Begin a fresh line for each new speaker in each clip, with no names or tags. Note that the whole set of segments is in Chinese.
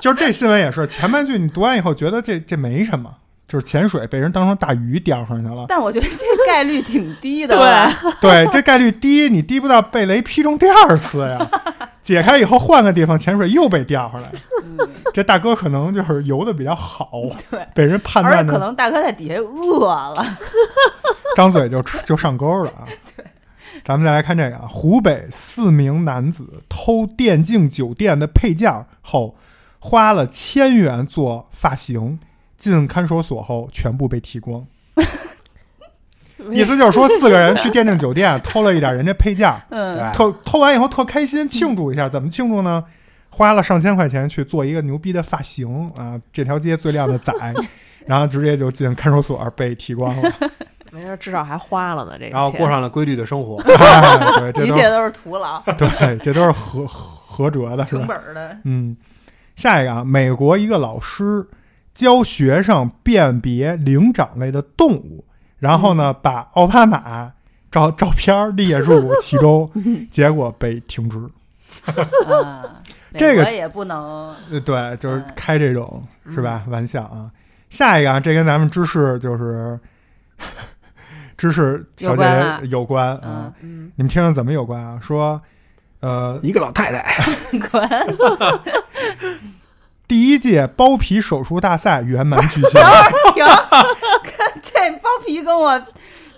就是这新闻也是，前半句你读完以后觉得这这没什么，就是潜水被人当成大鱼钓上去 了。
但是我觉得这概率挺低的吧，
对，这概率低，你低不到被雷劈中第二次 呀。解开以后换个地方潜水又被钓上来了，这大哥可能就是游的比较好，
嗯 对
被人判
而
断
且可
的
能大哥在底下饿了，
张嘴就吃就上钩了啊。咱们再来看这个啊，湖北四名男子偷电竞酒店的配件儿后，花了千元做发型，进看守所后全部被剃光。意思就是说，四个人去电竞酒店偷了一点人家配件儿，
嗯，
偷偷完以后特开心，庆祝一下。怎么庆祝呢？花了上千块钱去做一个牛逼的发型啊，这条街最靓的仔，然后直接就进看守所被剃光了。
没事，至少还花了呢。这个
然后
钱
过上了规律的生活。
哎对，这
一
都
切
是
都是徒劳，
对，这都是合合辙的，是吧？
成本儿的。
嗯，下一个啊，美国一个老师教学生辨别灵长类的动物，然后呢，把奥巴马照照片儿列入其中，结果被停职。
啊，
这个
美国也不能
呃，对，就是
嗯
开这种、是吧？玩笑啊。下一个啊，这跟咱们知识就是知识小姐
有关啊
姐有关啊。
嗯，
你们听听怎么有关啊？说，呃，
一个老太太，
嗯 滚，
第一届包皮手术大赛圆满举 行。
停，跟这包皮跟我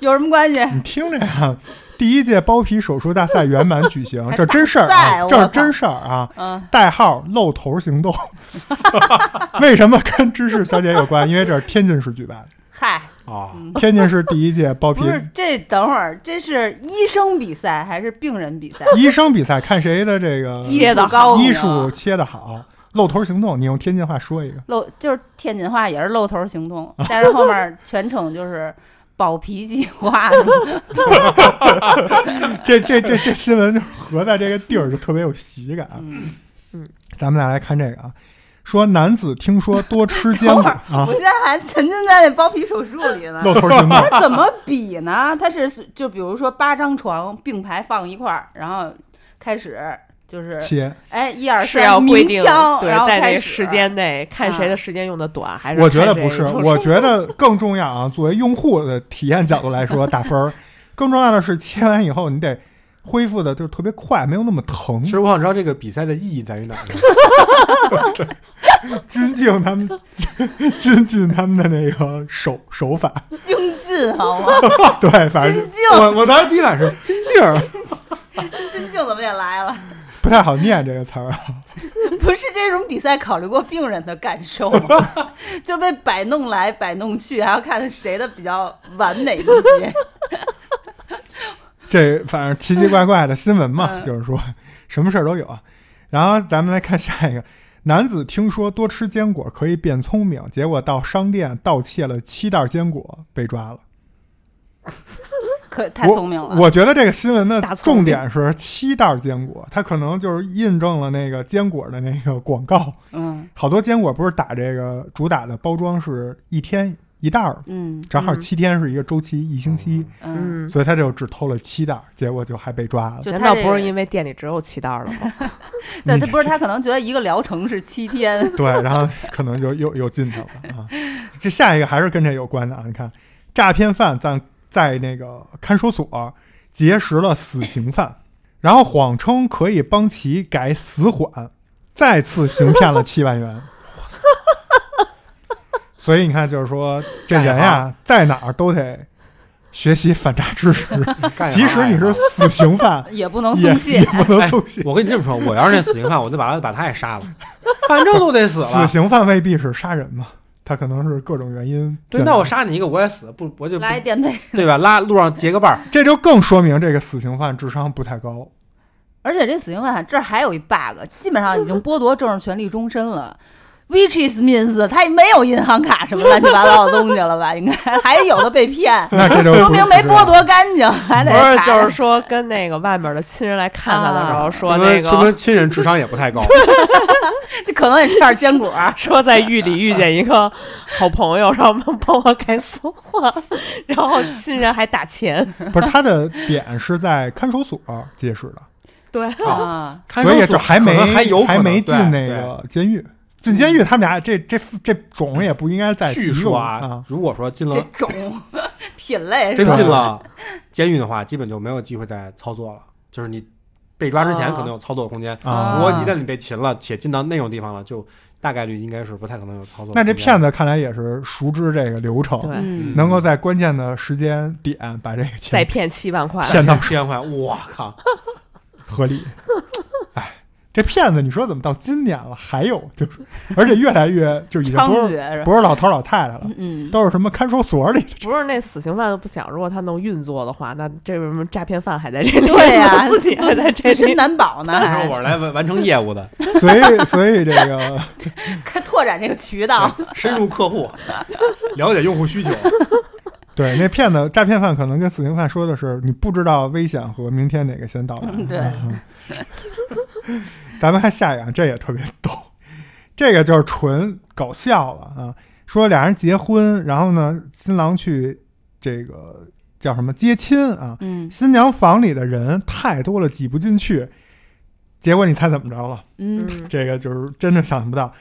有什么关系？
你听着呀，第一届包皮手术大赛圆满举行，这真事儿
还大赛
啊，
我
这是
靠
真事儿啊。
嗯，
代号“露头行动”， 为什么跟知识小姐有关？因为这是天津市举办的，
嗨，
啊，
天津市第一届包皮
嗯不是这，等会儿这是医生比赛还是病人比赛？
医生比赛，看谁的这个
技术高，啊
医术切得好。露头行动，你用天津话说一个，
露就是天津话也是露头行动，但是 后面全程就是保皮计划，是吗
这这这这新闻就是合在这个地儿就特别有喜感。
嗯
咱们再来看这个啊，说男子听说多 吃坚果啊
我，现在还沉浸在那包皮手术里呢。
露头行
啊
动，
它怎么比呢？它是就比如说八张床并排放一块儿，然后开始就是
切，
哎一二
是
三
要规
鸣
定
枪，
对
然，后
在
开
这
始
个时间内看谁
啊
的时间用的短，还是
我觉得
看谁
不是，
就是
我觉得更重要啊。作为用户的体验角度来说，打分儿，更重要的是切完以后你得恢复的就是特别快，没有那么疼
其。实我想知道这个比赛的意义在于哪儿呢？
尊敬他们， 尊敬他们的那个手手法。
精进好吗？
对，反正
金靖
我我当时第一反应是金靖儿，
精进怎么也来了？
不太好念这个词儿啊。
不是这种比赛考虑过病人的感受吗？ 就被摆弄来摆弄去，还要看谁的比较完美一些。
这反正奇奇怪怪的新闻嘛，
嗯
就是说什么事儿都有啊。然后咱们来看下一个，男子听说多吃坚果可以变聪明，结果到商店盗窃了七袋坚果，被抓了。
可太聪明了，
我！我觉得这个新闻的
大聪
重
明
点是七袋坚果，它可能就是印证了那个坚果的那个广告。
嗯
好多坚果不是打这个主打的包装是一天一袋儿，
嗯
正好
嗯
七天是一个周期，一星期。
嗯，
嗯，
所以他就只偷了七袋儿，结果就还被抓了。
就
难
他
道
这
不
个
是因为店里只有七袋儿了吗？
对
你
他不是他可能觉得一个疗程是七天，
对，然后可能就又又进去了啊。这下一个还是跟这有关的啊。你看，诈骗犯在在那个看守所结识了死刑犯，然后谎称可以帮其改死缓，再次行骗了七万元。所以你看，就是说这人呀，在哪儿都得学习反诈知识，
干
即使你是死刑犯，
也不能
也
松懈哎
也。不能松懈。
我跟你这么说，我要是那死刑犯，我就把他把他也杀了，反正都 得死
死
了。
刑犯未必是杀人嘛，他可能是各种原因。
对，那我杀你一个我也死，不我就不
来一垫背，
对吧？拉路上结个伴儿，
这就更说明这个死刑犯智商不太 高。
而且这死刑犯这儿还有一 bug，基本上已经剥夺政治权利终身了。Which is means 他也没有银行卡什么乱七八糟的东西了吧？应该还有的被骗，
那这就
说
不
明
不
没
是
剥夺干净， 还
不
得
是，
查
就是说 跟那个外面的亲人来看他的时候
啊
说
说
那
明说
个
明亲人智商也不太高。
这可能也吃点坚果儿。
说在狱里遇见一个好朋友，让我们帮我改死缓，然后亲人还打钱，
不是他的点是在看守所结识的，
对，
啊，
啊，
看守
所
所
以这还没
可能还有可能
没进
对
那个监狱。进监狱，他们俩这这这种也不应该在
对据说
啊
啊，，如果说进
这
了
种品类是
真
吧
进
啊
了监狱的话，基本就没有机会再操作了。就是你被抓之前
啊
可能有操作空间，
啊
如果一旦你被擒了且进到那种地方了，就大概率应该是不太可能有操作空间。
那这骗
子
子看来也是熟知这个流程，
对，
嗯，
能够在关键的时间点把这个
再
钱
骗七万块，
骗到
七万块，我靠！
合理。哎，这骗子，你说怎么到今年了还有，就是而且越来越就已经
猖
不
獗
是
是吧？
不是老头老太太了，
嗯，
都是什么看守所 里的。
不是那死刑犯都不想，如果他能运作的话，那这什么诈骗犯还在这里，
对呀、
自己还在这
自身
里，
难保呢，
他
还
说我是来完完成业务的，
所以所以这个
开拓展这个渠道。
深入客户，了解用户需求。
对那骗子诈骗犯可能跟死刑犯说的是，你不知道危险和明天哪个先到来。
嗯对
嗯，咱们看下一个，啊这也特别逗，这个就是纯搞笑了啊。说俩人结婚，然后呢，新郎去这个叫什么接亲啊，
嗯
新娘房里的人太多了，挤不进去。结果你猜怎么着了？
嗯，
嗯
这个就是真的想象不到。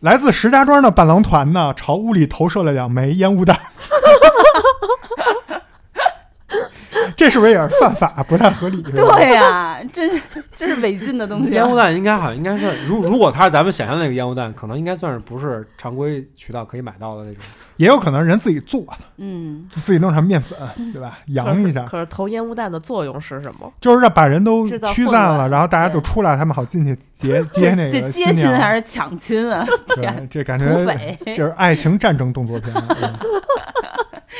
来自石家庄的伴郎团呢，朝屋里投射了两枚烟雾弹。 这是不是也是犯法？不太合理。是吧，
对呀、啊这这是违禁的东西啊、
烟雾弹应该好像应该是，如如果它是咱们想象的那个烟雾弹，可能应该算是不是常规渠道可以买到的那种。
也有可能人自己做的，
嗯，
自己弄成面粉，对吧？扬一下，
可是投烟雾弹的作用是什么？
就是让把人都
制造
驱
混
散
乱
了，然后大家就
对
出来，他们好进去劫劫那
这
个
接
新
亲
娘。
还是抢亲啊？
对，这感
土
觉
匪，
就是爱情战争动作片。嗯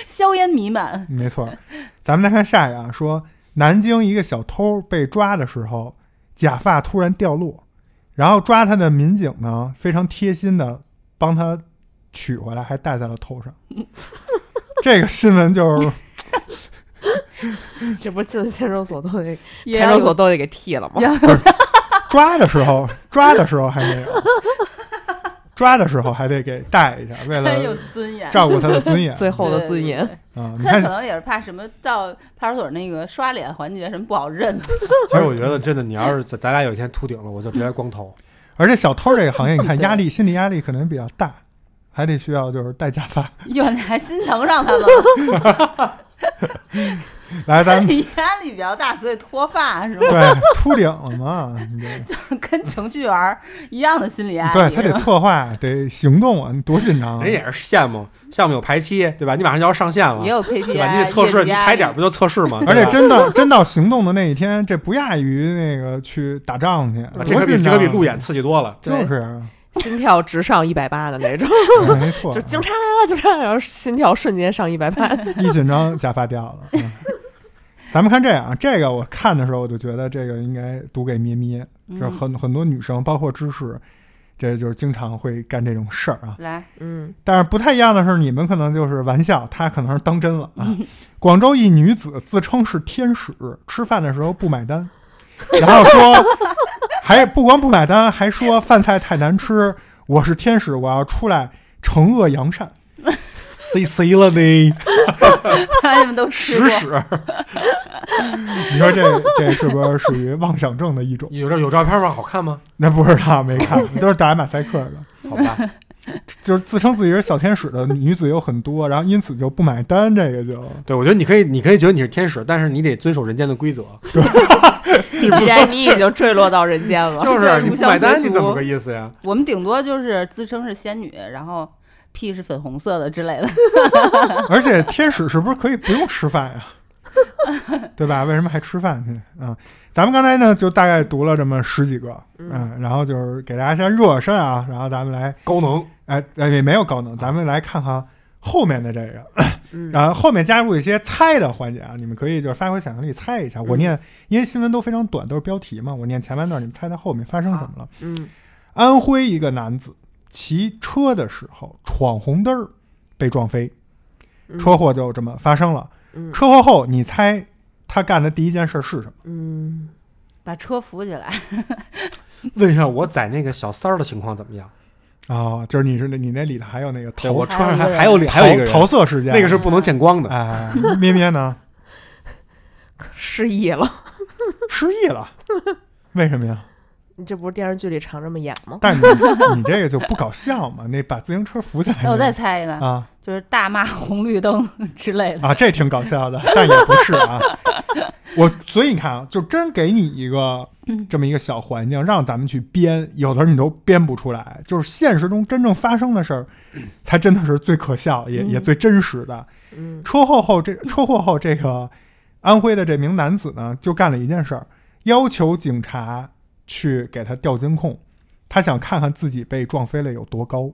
硝烟弥漫。
没错儿，咱们再看下一个啊，说南京一个小偷被抓的时候，假发突然掉落，然后抓他的民警呢非常贴心的帮他取回来，还戴在了头上。 这个新闻就是
这不是进了看守所都得
也
看
要
守
有
所都得给剃了吗？
要
抓的时候，抓的时候还没有，抓的时候还得给戴一下，为
很 有
了
尊严。
照顾他的尊严
最后的
对
尊严，。
啊。你
他可
看，
能也是怕什么到派出所那个刷脸环节什么不好认，
其实我觉得真的，你要是咱咱俩有一天秃顶了，我就直接光头。
而且小偷这个行业，你看
对
压力心理压力可能比较大，还得需要就是戴假发。
哟，你还心疼上他们了，
来，咱们
你压力比较大，所以脱发是吧？
对，秃顶了嘛？你这
就是跟程序员儿一样的心理压力。
对他得
是吧
策划，得行动啊！你多紧张啊！
人也是项目，项目有排期，对吧？你马上就要上线了
也，有
对吧？你
KPI，
得测
业
试，
绩
你
压
踩
力
点不就测试吗？
而且
对吧
真到真到行动的那一天，这不亚于那个去打仗去，
啊这
多
可比
紧
这
张啊！
可比路演刺激多了。
就是啊，
心跳直上一百八的那种，
哎没错
就，警察来了，警察来了，然后心跳瞬间上一百 八，嗯
一紧张假发掉了。嗯咱们看这样啊，这个我看的时候我就觉得这个应该读给咩咩，就是
嗯
很很多女生，包括芝士，这就是经常会干这种事儿啊。
来，
嗯，
但是不太一样的是，你们可能就是玩笑，他可能是当真了啊。广州一女子自称是天使，吃饭的时候不买单，然后说还不光不买单，还说饭菜太难吃，我是天使，我要出来惩恶扬善。C C 了呢，
他们都吃
屎
过，
屎，
你说这这是不是属于妄想症的一种？
有照有照片吗？好看吗？
那不知道，没看，都是打马赛克的。
好吧，
就是自称自己是小天使的女子有很多，然后因此就不买单，这个就
对我觉得你可以，你可以觉得你是天使，但是你得遵守人间的规则，
既然你已经坠落到人间了，
就是你不买单，
入乡随
你
俗
怎么个意思呀？
我们顶多就是自称是仙女，然后屁是粉红色的之类的。
而且天使是不是可以不用吃饭呀？对吧？为什么还吃饭去啊、咱们刚才呢就大概读了这么十几个，嗯，然后就是给大家先热热身啊，然后咱们来，
高能，
哎哎也没有高能，咱们来看看后面的这个，
嗯
然后后面加入一些猜的环节啊，你们可以就是发挥想象力猜一下。我念，因为新闻都非常短，都是标题嘛，我念前半段，你们猜猜后面发生什么了。
嗯，
安徽一个男子骑车的时候闯红灯儿被撞飞，
嗯
车祸就这么发生了。
嗯
车祸后，你猜他干的第一件事是什么？
嗯，
把车扶起来，
问一下我在那个小三儿的情况怎么样？
哦，就是你是那你那里头还有那个
对
桃
我车上还
还
还
有
有
一
另还有一个
桃
人，
桃色事件，
那个是不能见光 的，
哎，咩咩呢？
失忆 了，
失忆了， 为什么呀？
你这不是电视剧里常这么演吗？
但是你你这个就不搞笑嘛，那把自行车扶起来那个。
那哎我再猜一个，
啊
就是大骂红绿灯之类的。，
啊，这挺搞笑的，但也不是啊。我所以你看啊，就真给你一个这么一个小环境，让咱们去编，有的时候你都编不出来。就是现实中真正发生的事儿，才真的是最可笑，也也最真实的。
嗯
车祸后这车祸后这个安徽的这名男子呢，就干了一件事儿，要求警察去给他调监控，他想看看自己被撞飞了有多高。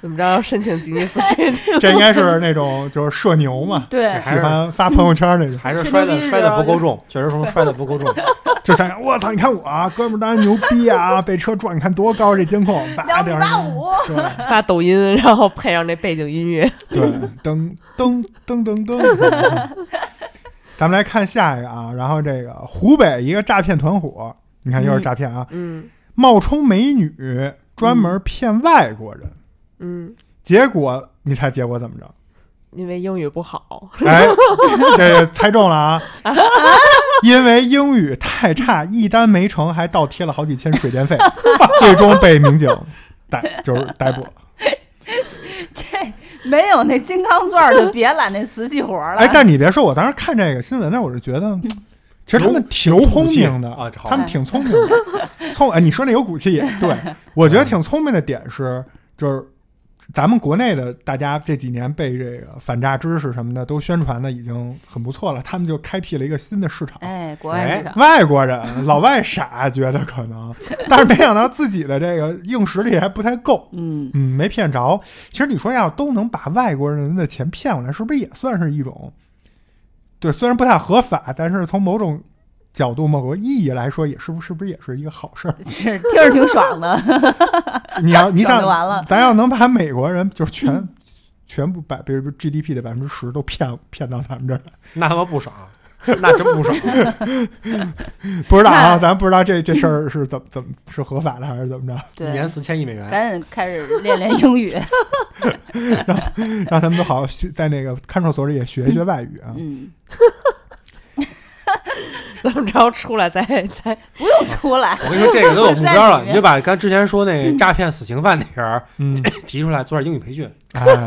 怎么着要申请吉尼斯世界纪录？
这应该是那种就是社牛嘛
对
这
喜欢发朋友圈那种，
还是
吹
摔
牛
的
逼是
摔的
吧
不够重，确实说摔的不 够重。
就想想我操，你看我啊哥们儿当然牛逼啊，被车撞，你看多高这监控，
两米八五，
对
发抖音，然后配上那背景音乐。
对，噔噔噔噔噔。咱们来看下一个啊，然后这个湖北一个诈骗团伙，你看又是诈骗啊，
嗯
冒充美女专门骗外国人，
嗯，
结果你猜结果怎么着？
因为英语不好，
哎，这猜中了啊！因为英语太差，一单没成，还倒贴了好几千水电费， 最终被民警逮，就是逮捕了。
这没有那金刚钻儿就别揽那瓷器活儿了。
哎，但你别说，我当时看这个新闻那，我就觉得，其实他们挺聪明的
嗯有骨气啊这好
他们挺聪明的，聪哎，你说那有骨气也 对，我觉得挺聪明的点是，就是咱们国内的大家这几年被这个反诈知识什么的都宣传的已经很不错了，他们就开辟了一个新的市场。
哎，国外市场，
外国人老外傻，觉得可能，但是没想到自己的这个硬实力还不太 够，
嗯，
嗯，没骗着。其实你说要都能把外国人的钱骗过来，是不是也算是一种？对，虽然不太合法，但是从某种角度、某个意义来说，也是不是不是也是一个好 事儿？
是听着挺爽的。
你要你
想
想
就完了
咱要能把美国人就是全、全部百，比如 GDP 的百分之十都骗骗到咱们这儿来，
那他妈不少，那真不少。
不知道啊，
那
咱不知道这这事儿是怎么怎么是合法的还是怎么着？
一
对，
年四千亿美元，
赶紧开始练练英语。
让他们都好好学，在那个看守所里也学一学外语啊。
嗯，
怎么着出来再再。
不用出来。
我跟你说，这个都有目
在
标
里
了，
面
你就把刚之前说那诈骗死刑犯那人儿
嗯，
提出来，做点英语培训
哎，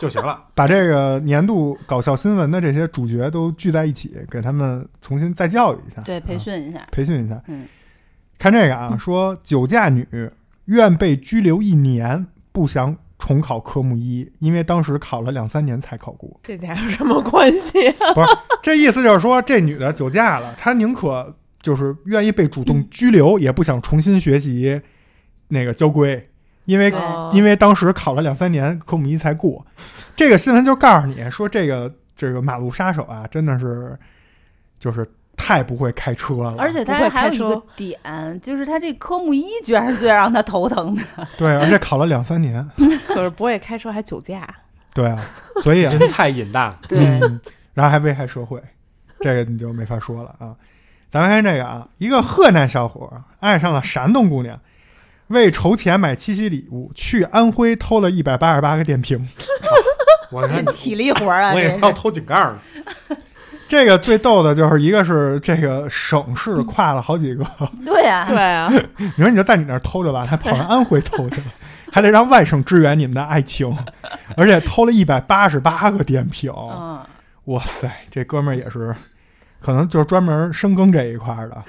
就行 了。
把这个年度搞笑新闻的这些主角都聚在一起，给他们重新再教育一下，
对，培、
啊、
训一下。
培训一下。
嗯，
看这个啊，说酒驾女愿被拘留一年，不想重考科目一，因为当时考了两三年才考过
这俩有什么关系？啊
这意思就是说，这女的酒驾了，她宁可就是愿意被主
嗯
动拘留，也不想重新学习那个交规，因为
对
因为当时考了两三年科目一才过。这个新闻就告诉你说，这个这个马路杀手啊，真的是就是太不会开车了，
而且
不
他
会
还有
开
一
车
个点，就是他这科目一居然是最让他头疼的。
对，而且考了两三年，
可是不会开车还酒驾，
对啊，所 以啊，
人菜瘾大，
对，
嗯，然后还危害社会，这个你就没法说了啊。咱们看这个啊，一个河南小伙儿爱上了山东姑娘，为筹钱买七夕礼物，去安徽偷了一百八十八个电瓶。
我看
这体力活儿啊，
我
这
以为
是
要偷井盖儿呢。
这个最逗的就是，一个是这个省市跨了好几个，
对啊，
对啊，
你说你就在你那儿偷着吧，他跑上安徽偷去了，还得让外省支援你们的爱情，而且偷了一百八十八个电瓶。
嗯，
哇塞，这哥们儿也是，可能就是专门深耕这一块儿 的，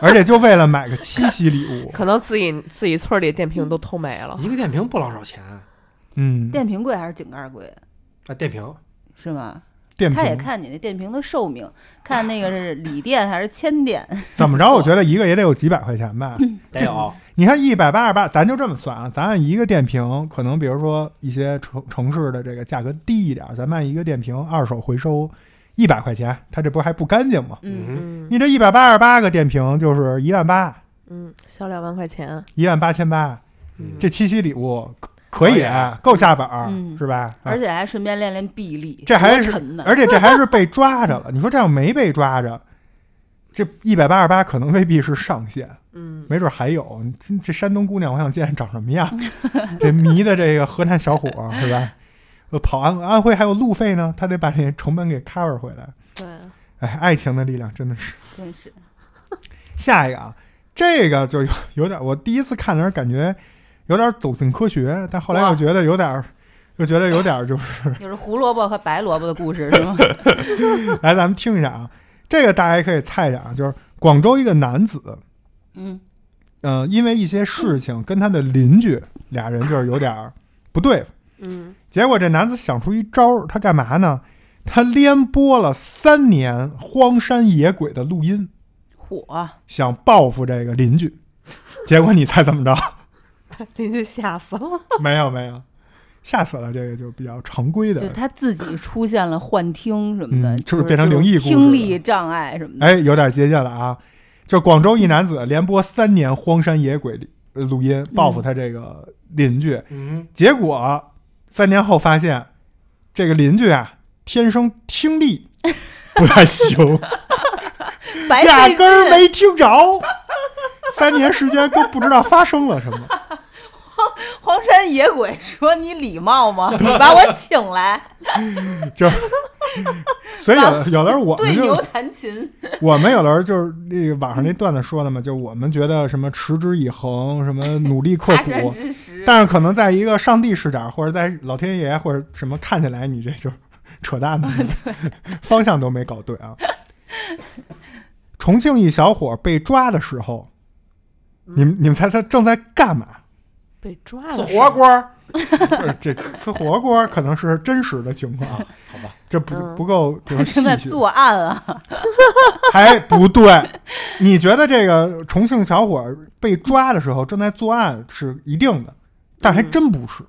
而且就为了买个七夕礼物。
可能自己自己村里电瓶都偷没了。
一个电瓶不老少钱，
嗯，
电瓶贵还是井盖儿贵
啊，电瓶
是吗？
电
他也
瓶
看你那电瓶的寿命，看那个是锂电还是铅电。
怎 么着？我觉得一个也得有几百块钱吧。
嗯
得有。
你看一百八十八，咱就这么算啊，咱按一个电瓶，可能比如说一些城城市的这个价格低一点，咱们按一个电瓶二手回收一百块钱，他这不是还不干净吗？
嗯，
嗯，
嗯
你这一百八十八个电瓶就是一万八，
嗯，小两万块钱，
一万八千八，
嗯
这七夕礼物可可以啊，够下本儿、
嗯
是吧？啊
而且还顺便练练臂力，
这还
多
是
沉呢。
而且这还是被抓着了。你 说这要没被抓着，这一百八十八可能未必是上限，
嗯，
没准还有。这这山东姑娘，我想见见长什么 样。这迷的这个河南小伙儿是吧？呃跑安安徽还有路费呢，他得把这成本给 cover 回来。
对，啊
哎，爱情的力量真的是。
真是，
下一个啊，这个就有有点，我第一次看的时候感觉有点走进科学，但后来又
哇
觉得有点就觉得有点儿就是
就是胡萝卜和白萝卜的故事是吗？
来，咱们听一下啊，这个大家也可以猜一下啊，就是广州一个男子，
嗯，
嗯、因为一些事情跟他的邻居俩人就是有点儿不对付，
嗯，
结果这男子想出一招儿，他干嘛呢？他连播了三年荒山野鬼的录音，
火
想报复这个邻居，结果你猜怎么着？
邻居吓死了。
没有没有，吓死了，这个就比较常规
就
的。
他自己出现了幻听什么的，
嗯
就是
就是变成灵异故事了
听力障碍什么的。
哎，有点接近了啊！就广州一男子连播三年荒山野鬼呃录音，报
嗯
复他这个邻居，
嗯，
结果三年后发现这个邻居啊，天生听力不太 行，
白
哎压
费
根儿
劲，
没听着，三年时间都不知道发生了什么。
荒山野鬼说你礼貌吗？ 你把我请来，
就是，所以有的有的时候我
对
们就
牛
是
弹琴，
我们有的时候就是那个网上那段子说的嘛，就是我们觉得什么持之以恒，什么努力 刻
大山
苦，
之石。
但是可能在一个上帝视角，或者在老天爷或者什么看起来，你这就是扯淡的方向都没搞对啊。 重庆一小伙被抓的时候，你们你们猜他正在干嘛？
被抓
吃
了，
火锅儿，
就是这吃火锅可能是真实的情 况，好吧？这不
嗯
不够这种戏
正在
剧，
作案啊！
还不对。你觉得这个重庆小伙被抓的时候正在作案是一定的，但还真不是，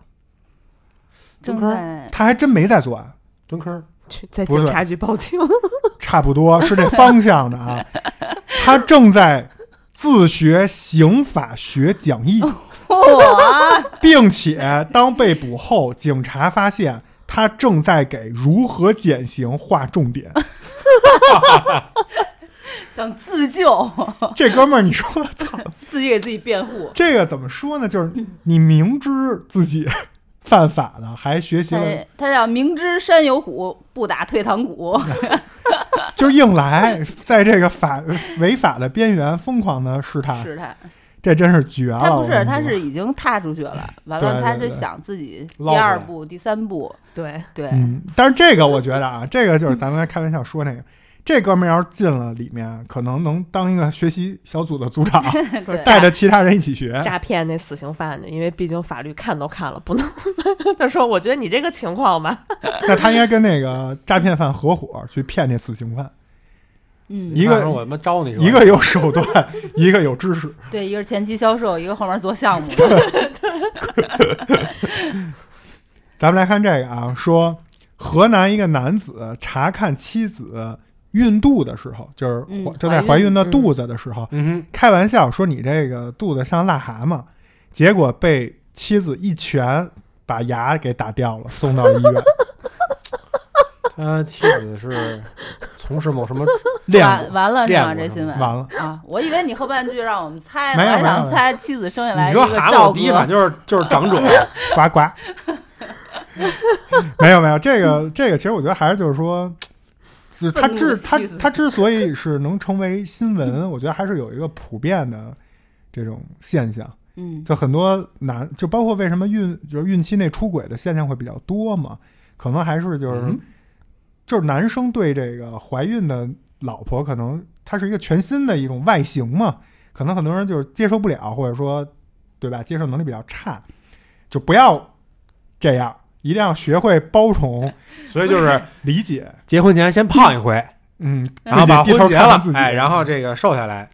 正在
他还真没在作案。
蹲坑儿，
去在
不是
警察局报警。
差不多是这方向的啊。他正在自学刑法学讲义，
嚯，
并且当被捕后，警察发现他正在给如何减刑划重点。
想自救，
这哥们儿，你说操，
自己给自己辩护，
这个怎么说呢？就是
嗯
你明知自己犯法了，还学习
他
了，
哎他叫明知山有虎，不打退堂鼓。
啊就是硬 来，在这个法违法的边缘疯狂的试探，
是他，
这真是绝了。
他不
我跟
是，
你
他
说
是已经踏出去了，完
对
了
对
他就
对
想自己第
捞回来
二步、第三步，
对，
对，
嗯，但是这个我觉得啊，这个就是咱们开玩笑说那个，这哥们儿要是进了里面，可能能当一个学习小组的组 长，
对
带着其他人一起 学。
诈骗那死刑犯呢，因为毕竟法律看都看了，不能。 他说：“我觉得你这个情况吧，
那他应该跟那个诈骗犯合伙去骗那死刑犯，
嗯，
一
晚上
个
我他妈招你是吧
一个有手段，一个有知识。
对，一个是前期销售，一个后面做项目。
咱们来看这个啊，说河南一个男子查看妻子孕肚的时候，就是
嗯
怀正在
怀
怀
孕
孕的
嗯
肚子的时候，
嗯
开玩笑说你这个肚子像癞蛤蟆，结果被妻子一拳把牙给打掉了，送到医 院
哼， 他妻子是从事某什么
练
完完了是
练
吗？
过
这新
过，
闻
完了。
啊！我以为你后半句让我们猜
没
呢，我
有
还
没有
想
没有
猜妻子生下来
你
一
说
个
蛤蟆，
赵
我第一
哥
反应就是就是长者，
呱呱。 没有没有，这个这个，其实我觉得还是就是说，就是他
愤怒的
之他
妻子
他之所以是能成为新闻，我觉得还是有一个普遍的这种现象，
嗯，
就很多男，就包括为什么孕就是孕期内出轨的现象会比较多嘛，可能还是就是、
嗯
就是男生对这个怀孕的老婆，可能她是一个全新的一种外形嘛，可能很多人就是接受不了，或者说对吧，接受能力比较差，就不要这样，一定要学会包容
所以就是
理解，
结婚前先胖 一回，
嗯，
然后把
自己
婚
低头
结
看看
了
自，己，
哎，然后这个瘦下来，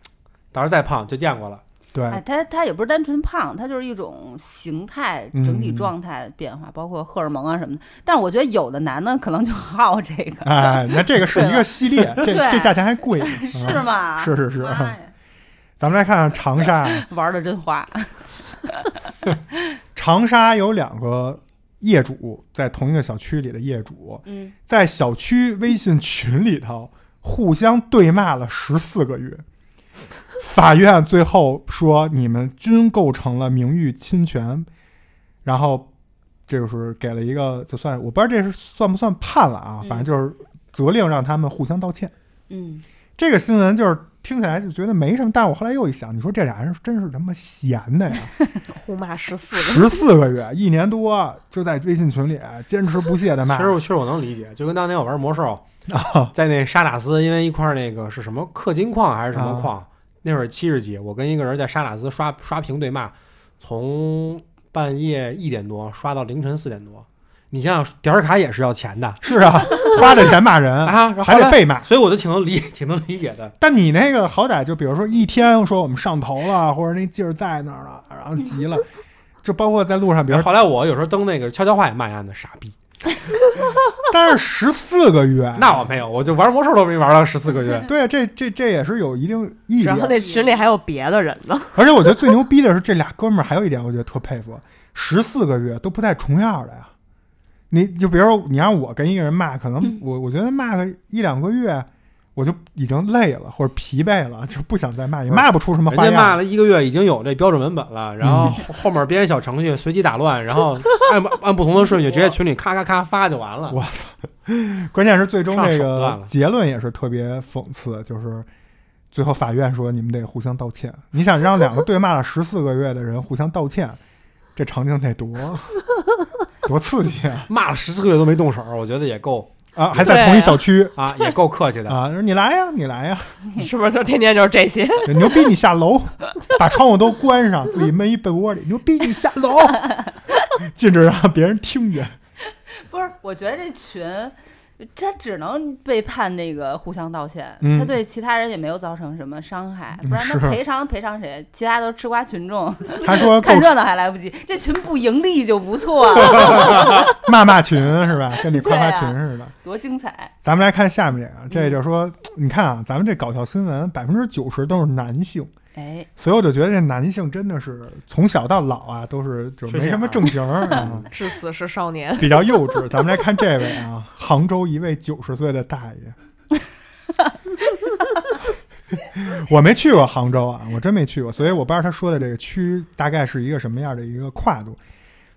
到时候再胖就见过了。
哎，
对，
他他也不是单纯胖，他就是一种形态、
嗯
整体状态变化，包括荷尔蒙啊什么的。但是我觉得有的男的可能就好这个，
哎，那这个是一个系列，这
对
这价钱还贵呢，
是
嗯
吗？
是是是，
妈呀
咱们来看看长沙啊。
玩的真花，
长沙有两个业主在同一个小区里的业主，
嗯，
在小区微信群里头互相对骂了十四个月。法院最后说，你们均构成了名誉侵权，然后这就是给了一个，就算我不知道这是算不算判了啊，
嗯
反正就是责令让他们互相道歉。
嗯，
这个新闻就是听起来就觉得没什么，但是我后来又一想，你说这俩人真是他妈闲的呀，
胡骂十 四
十四个月，一年多就在微信群里坚持不懈的骂。
其实我其实我能理解，就跟当年我玩魔兽，在那沙塔斯，因为一块儿那个是什么氪金矿还是什么矿，那会儿七十级，我跟一个人在沙塔斯刷刷屏对骂，从半夜一点多刷到凌晨四点多。你想想，点儿卡也是要钱的
是啊，花着钱骂人，
啊，然后
还
后
得
来，
被骂。
所以我就挺能理挺能理解的。
但你那个好歹就比如说一天说我们上头了，或者那劲儿在那儿了，然后急了，就包括在路上，比如
然后
说，
后来我有时候登那个悄悄话也骂人家的傻逼，
但是十四个月，
那我没有，我就玩魔兽都没玩到十四个月。
对啊这这这也是有一定意义
然后
的。
那群里还有别的人呢，
而且我觉得最牛逼的是这俩哥们儿还有一点，我觉得特佩服，十四个月都不带重样的呀。你就比如说，你让我跟一个人骂，可能我我觉得骂个一两个月，我就已经累了或者疲惫了，就不想再骂，也骂不出什么
人
花
家骂
样。
了一个月，已经有这标准文本了，然后后后面编小程序随机打乱，然 后按按不同的顺序直接群里咔咔咔发就完了。
我关键是最终
上
这
手段
个
了
结论也是特别讽刺，就是最后法院说你们得互相道歉。你想让两个对骂了十四个月的人互相道歉，这场景得多多刺激啊！
骂了十四个月都没动手，我觉得也够
啊，还在同一小区。
啊，也够客气的。
啊，说你来呀，你来呀，
是不是就天天就是这些？
牛逼！你下楼， 把窗户都关上，自己闷一被窝里。牛逼！你下楼， 禁止让别人听见。
不是，我觉得这群。他只能被判那个互相道歉，
嗯
他对其他人也没有造成什么伤害，不然他
是
赔偿赔偿谁？其他都是吃瓜群众，
他 说够
看热闹还来不及，这群不盈利就不 错了，
骂骂群是吧？跟你夸
啊
夸群似的。
多精彩！
咱们来看下面啊
嗯
这个，这就是说，你看啊，咱们这搞笑新闻百分之九十都是男性，
哎，
所以我就觉得这男性真的是从小到老啊，都是就是没什么正形 儿啊。
至死是少 年，
比较幼稚。咱们来看这位啊，杭州一位九十岁的大爷。我没去过杭州啊，我真没去过，所以我不知道他说的这个区大概是一个什么样的一个跨度。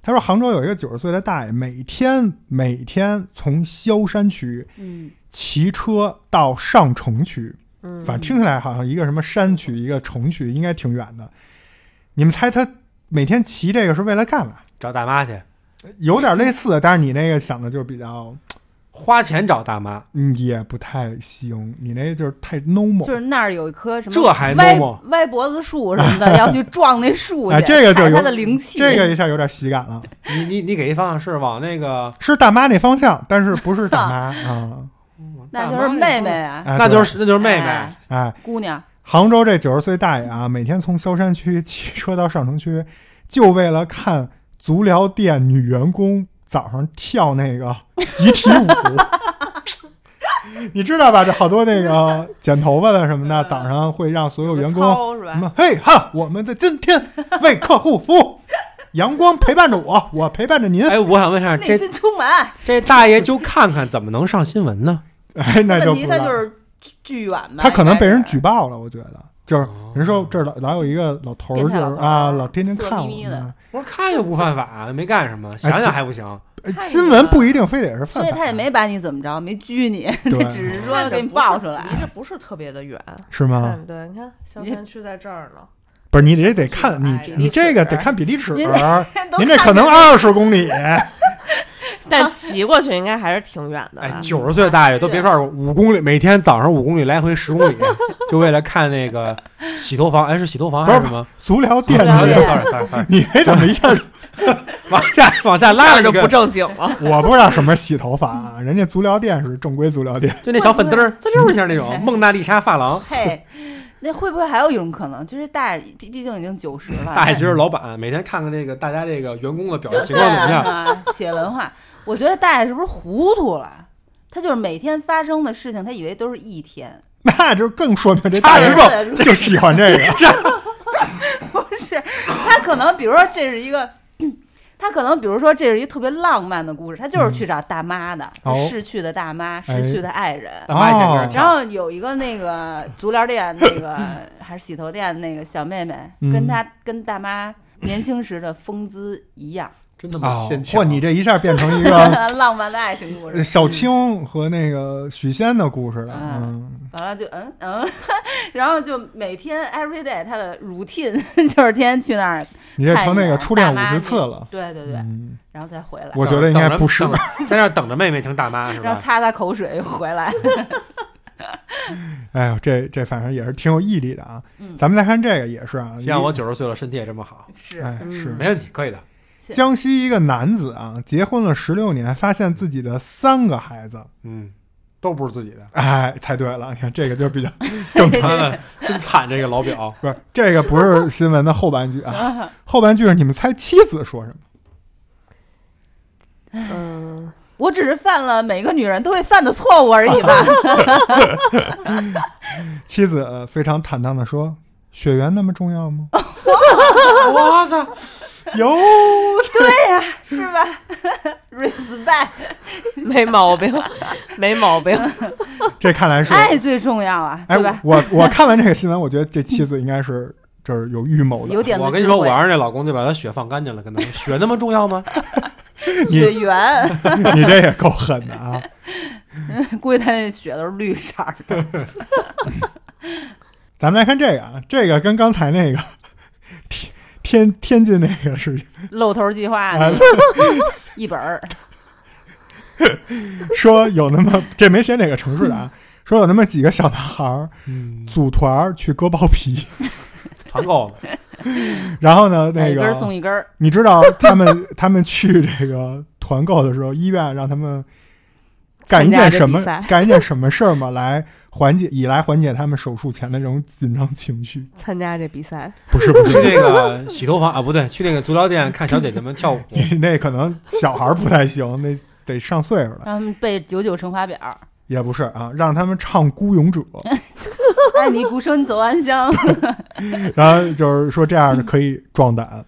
他说杭州有一个九十岁的大爷，每天每天从萧山区
嗯，
骑车到上城区，
嗯
反正听起来好像一个什么山区，一个城区，应该挺远的。你们猜他每天骑这个是为了干嘛？
找大妈去，
有点类似，但是你那个想的就是比较
花钱找大妈，
嗯，也不太行，你那就是太
就
normal。
是那儿有一棵什么
这还
歪
normal
歪脖子树什么的， 要去撞那树
哎
去，
这个就
采
有
它的灵气。
这个一下有点喜感了，
你你你给一方向是往那个，
是大妈那方向，但是不是大 妈啊？
那就是妹妹啊，
哎
那就
对
是那就是妹妹
哎，
哎，
姑娘，
杭州这九十岁大爷啊，每天从萧山区骑车到上城区，就为了看足疗店女员工早上跳那 个集体舞。你知道吧？这好多那个剪头发的什么 的，
嗯
早上会让所有员工
操是
什
吧？
么？嘿哈，我们的今 天为客户服务，阳光陪伴着我，我陪伴着您。
哎，我想问一下，
内
这
心充满爱。
这大爷就看看怎么能上新闻呢？
哎，那就不
问题
知
他
道
就
了
是巨巨远吧，
他可能被人
应该是
举报了，我觉得就是人说这儿老老有一个老头儿，就
变态老
是
头儿
啊，老天天
色
看我
眯眯的
们。
我说看又不犯法，哎没干什么，想想还不行。
呃
看
新
你
闻
了
不一定非得是犯
所以他
法，
也没把你怎么着，没拘你，
对
只是说给你爆出
离
来。
这不是特别的远，
是吗？
看嗯对，你看萧
你
山区在这儿呢，
不是，你这得看你
哎比例
你这个
尺
得看比例尺，
您
您
都
这
看
可能
见
二十公里。
但骑过去应该还是挺远的
哎，
吧？
九十岁啊大爷都别说二五公里，每天早上五公里来回十公里， 就为了看那个洗头房，哎，是洗头房还是什么？啊
足疗店
足疗
里
店，
，sorry，sorry，sorry，
你这怎么一下就？
往 下往下拉
那
了
就
一
不
个，
正经了。
我不知道什么洗头发啊，人家足疗店是正规足疗店。
就那小粉灯儿嗯哎滋溜一下那种蒙娜丽莎发廊。
嘿， 那会不会还有一种可能，就是大爷毕毕竟已经九十了，
大爷今儿哎老板每天看看这个大家这个员工的表现情
对
况怎么样，
啊，企业文化，我觉得大爷是不是糊涂了？他就是每天发生的事情，他以为都是一天，
那就更说明这
差
大
十
爷
重
对
就喜欢这个。
不是，他可能比如说这是一个，他可能比如说这是一个特别浪漫的故事，他就是去找大妈的，
嗯哦
逝去的大妈，逝去的爱人。
大妈以前就是
然后有一个那个足疗店那个 还是洗头店那个小妹妹，
嗯
跟她跟大妈年轻时的风姿一样，
真他妈
啊
现！抢。
嚯，你这一下变成一个
浪漫的爱情故
呃
事。
小青和那个许仙的故事了。
嗯
嗯，
完了就嗯嗯， 然后就每天 every day 他的 routine 就是天天去那儿。
你这成那个初恋
看一
五十
眼
次了。
对对对，
嗯，
然后再回来，
我觉得应该不是
等着 等在那儿等着妹妹成大妈是
然
吧
后？擦擦口水又回 来。
哎呦，这这反正也是挺有毅力的啊。
嗯
咱们再看这个也是啊，
希望我九十岁了，身体也这么好，
是
哎
嗯
是
没问题，可以的。
江西一个男子啊，结婚了十六年，发现自己的三个孩子，
嗯，都不是自己 的，
哎，猜对了，你看这个就比较正常。
他们真惨，这个老 表。
不是这个不是新闻的后半句啊，后半句是你们猜妻子说什么？
嗯，
我只是犯了每个女人都会犯的错误而 已吧。
妻子呃非常坦荡的说：“血缘那么重要 吗
哦
我操！？”
有
对呀、是吧 ？respect，
没毛 病，没毛 病。
这看来是
爱最重要啊，
哎
对吧，？
我我看完这个新闻，我觉得这妻 子应该是就是有预谋的，
有点子
我跟你说，
智
我
慧
要是那老公，就把他血放干净了，跟他说血那么重 要吗？
血缘，
你这也够狠的啊！
估计他那血都是绿色儿的。
咱们来看这个啊，这个跟刚才那个 天天天津那个是
露头计划
啊
那一本儿，
说有那么 这没写哪个城市的 啊，说有那么几个小男孩儿
嗯，
组团儿去割包皮，
团购的，
然后呢
哎
那
一根
个
儿送一根儿，
你知道他们 他们去这个团购的时候，医院让他们干一件什么
参加这比 赛
干一件什么事儿吗？来缓解以来缓解他们手术前的这种紧张情绪？
参加这比赛，
不是不
去
是，
那个洗头房啊，不对，去那个足疗店看小姐姐们跳舞。
你那可能小孩儿不太行，那得上岁数了。
让他们背九九乘法表，
也不是啊，让他们唱《孤勇 者》，
爱你孤身走暗巷。
然后就是说这样的可以壮 胆。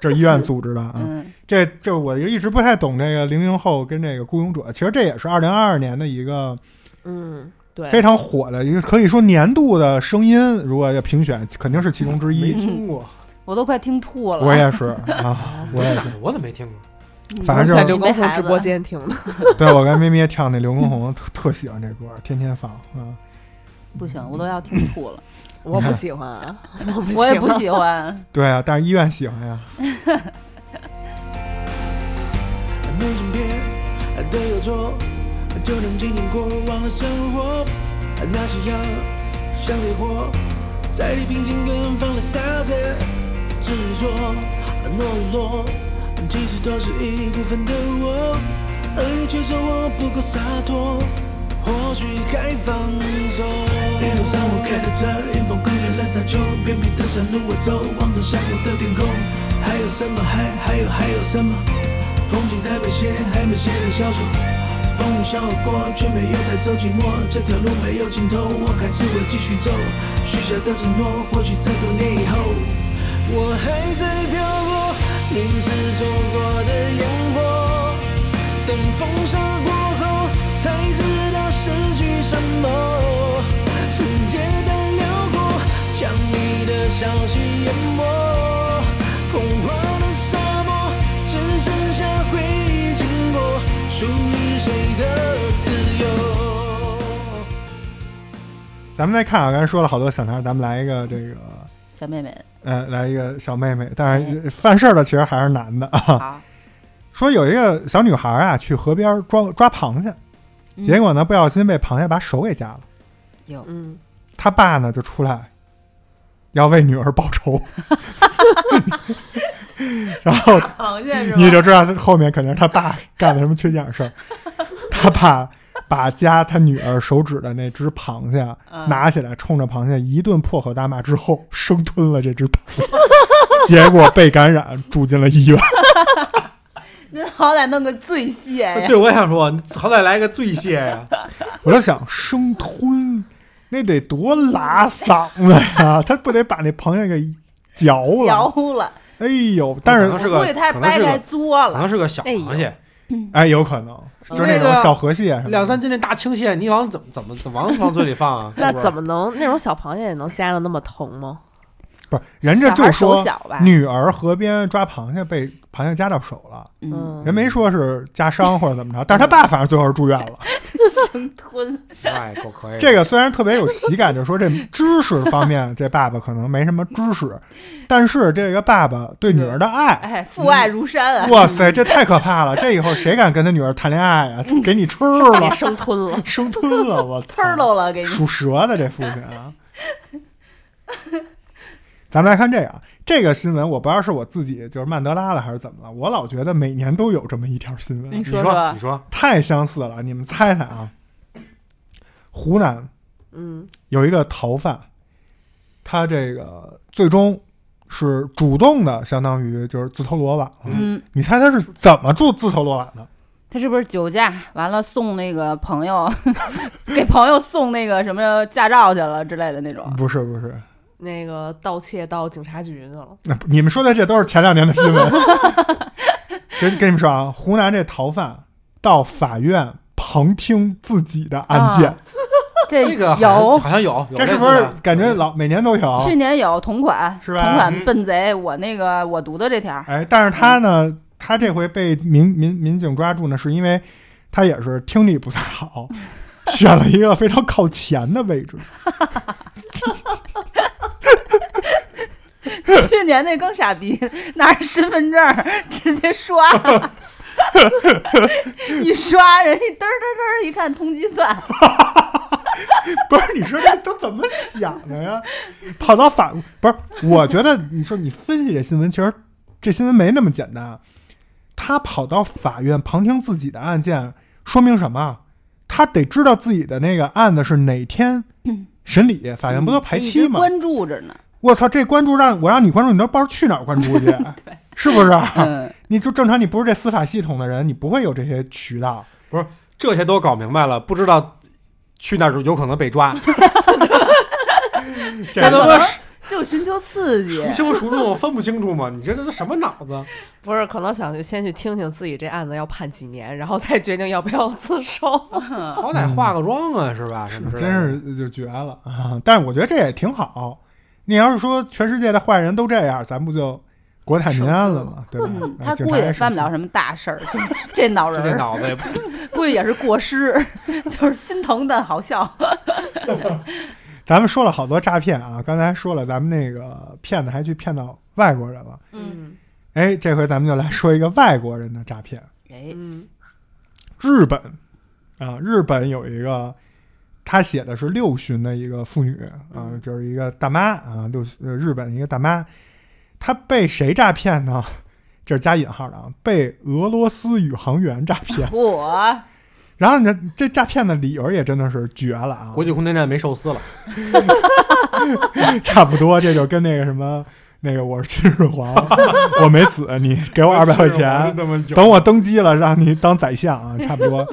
这是医院组织的啊，
嗯，
这就我就一直不太懂这个零零后跟这个孤勇者，其实这也是二零二二年的一个
嗯，对，
非常火的一个，可以说年度的声音，如果要评选，肯定是其中之
没
一。
听过，
我都快听吐了。
我也是 啊，我也是，
我怎么没听过？嗯
反正就是
在刘畊宏直播间听的，
对我跟咩咩唱那刘畊宏特特喜欢这歌，天天放啊。
不行，我都要听 吐了，
我不喜欢 啊，我不
我也
喜
不
欢
喜欢。
对啊，但是医院喜欢呀。
每整片都有错，就能经典过往的生活。那些药像烈火，在你平静跟放了洒着，执着懦弱，其实都是一部分的我，而你却说我不够洒脱。或许该放手。一路上我开着车，迎风狂野了沙丘，偏僻的山路我走，望着峡谷的天空，还有什么？还还有还有什么？风景太美写，还没写成小说。风雨消而过，却没有带走寂寞。这条路没有尽头，我还是会继续走。许下的承诺，或许这多年以后，我还在漂泊，凝视错过的烟火。等风沙过后，才知道失去什么。时间的流过，将你的消息淹没。空旷的沙漠，只剩下回忆经过，属于谁的自由？
咱们再看啊，刚才说了好多小男孩，咱们来一个这个，
小妹妹，
呃，来一个小妹妹，但是
哎
犯事儿的其实还是男的 啊。
好，
说有一个小女孩啊，去河边抓抓螃蟹，
嗯
结果呢不小心被螃蟹把手给夹了，
有
嗯，
她爸呢就出来要为女儿报仇，然后
螃蟹是吧？
你就知道他后面肯定是他爸干了什么缺心眼儿 事儿，他爸。把夹他女儿手指的那只螃蟹
嗯
拿起来，冲着螃蟹一顿破口大骂之 后，生吞了这只螃蟹，结果被感染，住进了医院。
那好歹弄个醉蟹哎呀。
对，我也想说，你好歹来个醉蟹呀！
我就想生吞，那得多拉嗓子呀！ 他不得把那螃蟹给嚼了？
嚼了，
哎呦！ 但
可能
是
是
我
个
估计他是
可能
掰
是
开
个
嘬
可能
了，
是个小
哎呦？
螃蟹，
哎，有可能就是那种小河蟹什么的，
两三斤那大青蟹，你 往怎么怎么怎么往往嘴里放啊
那
是不是
怎么能那种小螃蟹也能夹的那么疼吗？
不是人家
小
就
孩手
说
小吧，
女儿河边抓螃蟹被螃蟹夹到手了，
嗯，
人没说是夹伤或者怎么 着，但是他爸反正最后是住院了。
生吞，
哎，够可以。
这个虽然特别有喜感，就是说这知识方面，这爸爸可能没什么知识，但是这个爸爸对女儿的爱，
哎，父爱如山啊，
哇塞，这太可怕了！这以后谁敢跟他女儿谈恋爱啊？给你吃了
给，生吞 了。
生吞了，我
呲
操！
儿喽了，给你
属蛇的这父亲啊。 咱们来看这个啊，这个新闻我不知道是我自己就是曼德拉了还是怎么了，我老觉得每年都有这么一条新闻，啊
你
你
说
说，你说，
太相似了。你们猜猜啊？湖南
嗯，
有一个逃犯，他这个最终是主动的，相当于就是自投罗网了。
嗯，
你猜他是怎么住自投罗网的？
他是不是酒驾？完了送那个朋友， 给朋友送那个什么驾照去了之类的那种。
不是不是，
那个盗窃到警察局去了。
那不你们说的这都是前两年的新 闻。跟跟你们说啊，湖南这逃犯到法院旁听自己的案件，
啊这
这个好像
有，
好像有，有
这是
类似
不是
的
感觉老每年都有？
去年有同款，
是吧
同
嗯
款笨贼，我那个我读的这 条，
哎，但是他呢，他这回被民民民警抓住呢，是因为他也是听力不太 好，选了一个非常靠前的位置。
去年那更傻逼， 拿着身份证儿直接刷， 一刷人一嘚儿嘚儿嘚儿一看通缉犯，
不是，你说这都怎么想的呀？跑到法不是？我觉得你说你分析这新闻，其实这新闻没那么简单。他跑到法院旁听自己的案件，说明什么？他得知道自己的那个案子是哪天
嗯
审理，法院不都排
一
期
直
吗？
嗯关注着呢。
我操，这关注让我让你关注，你都不知道去哪儿关注去，是不是？
嗯，
你就正常，你不是这司法系统的人，你不会有这些渠道。
这些都搞明白了，不知道去那儿有可能被抓， 这他妈孰
就寻求刺激，
轻孰重分不清楚吗？你这这都什么脑子？
不是，可能想去先去听听自己这案子要判几年，然后再决定要不要自首。
嗯
好歹化个妆啊，是吧？什么之类的
真是就绝了啊！但是我觉得这也挺好。你要是说全世界的坏人都这样，咱不就国泰民安了 吗？对吧？
嗯，
啊
他
警
估
察
计
也
也犯不了
省
什么大事 儿，这这脑
这
人
这
儿
脑子 也不
估计也是过失， 就是心疼但好笑。
心。咱们说了好多诈骗啊，刚才说了，咱们那个骗子还去骗到外国人了。
嗯
哎，这回咱们就来说一个外国人的诈骗。
哎，。
嗯
日本啊，日本有一个，他写的是六旬的一个妇女啊，
嗯
就是一个大妈啊，六呃日本一个大妈，她被谁诈骗呢？ 这是加引号的啊，被俄罗斯宇航员诈骗
我
然后呢，这诈骗的理由也真的是绝了啊，
国际空间站没寿司了，
差不多这就跟那个什么。那个我是秦始皇，我没死，你给我二百块钱，
那么久
等我登基了，让你当宰相 啊，差不多。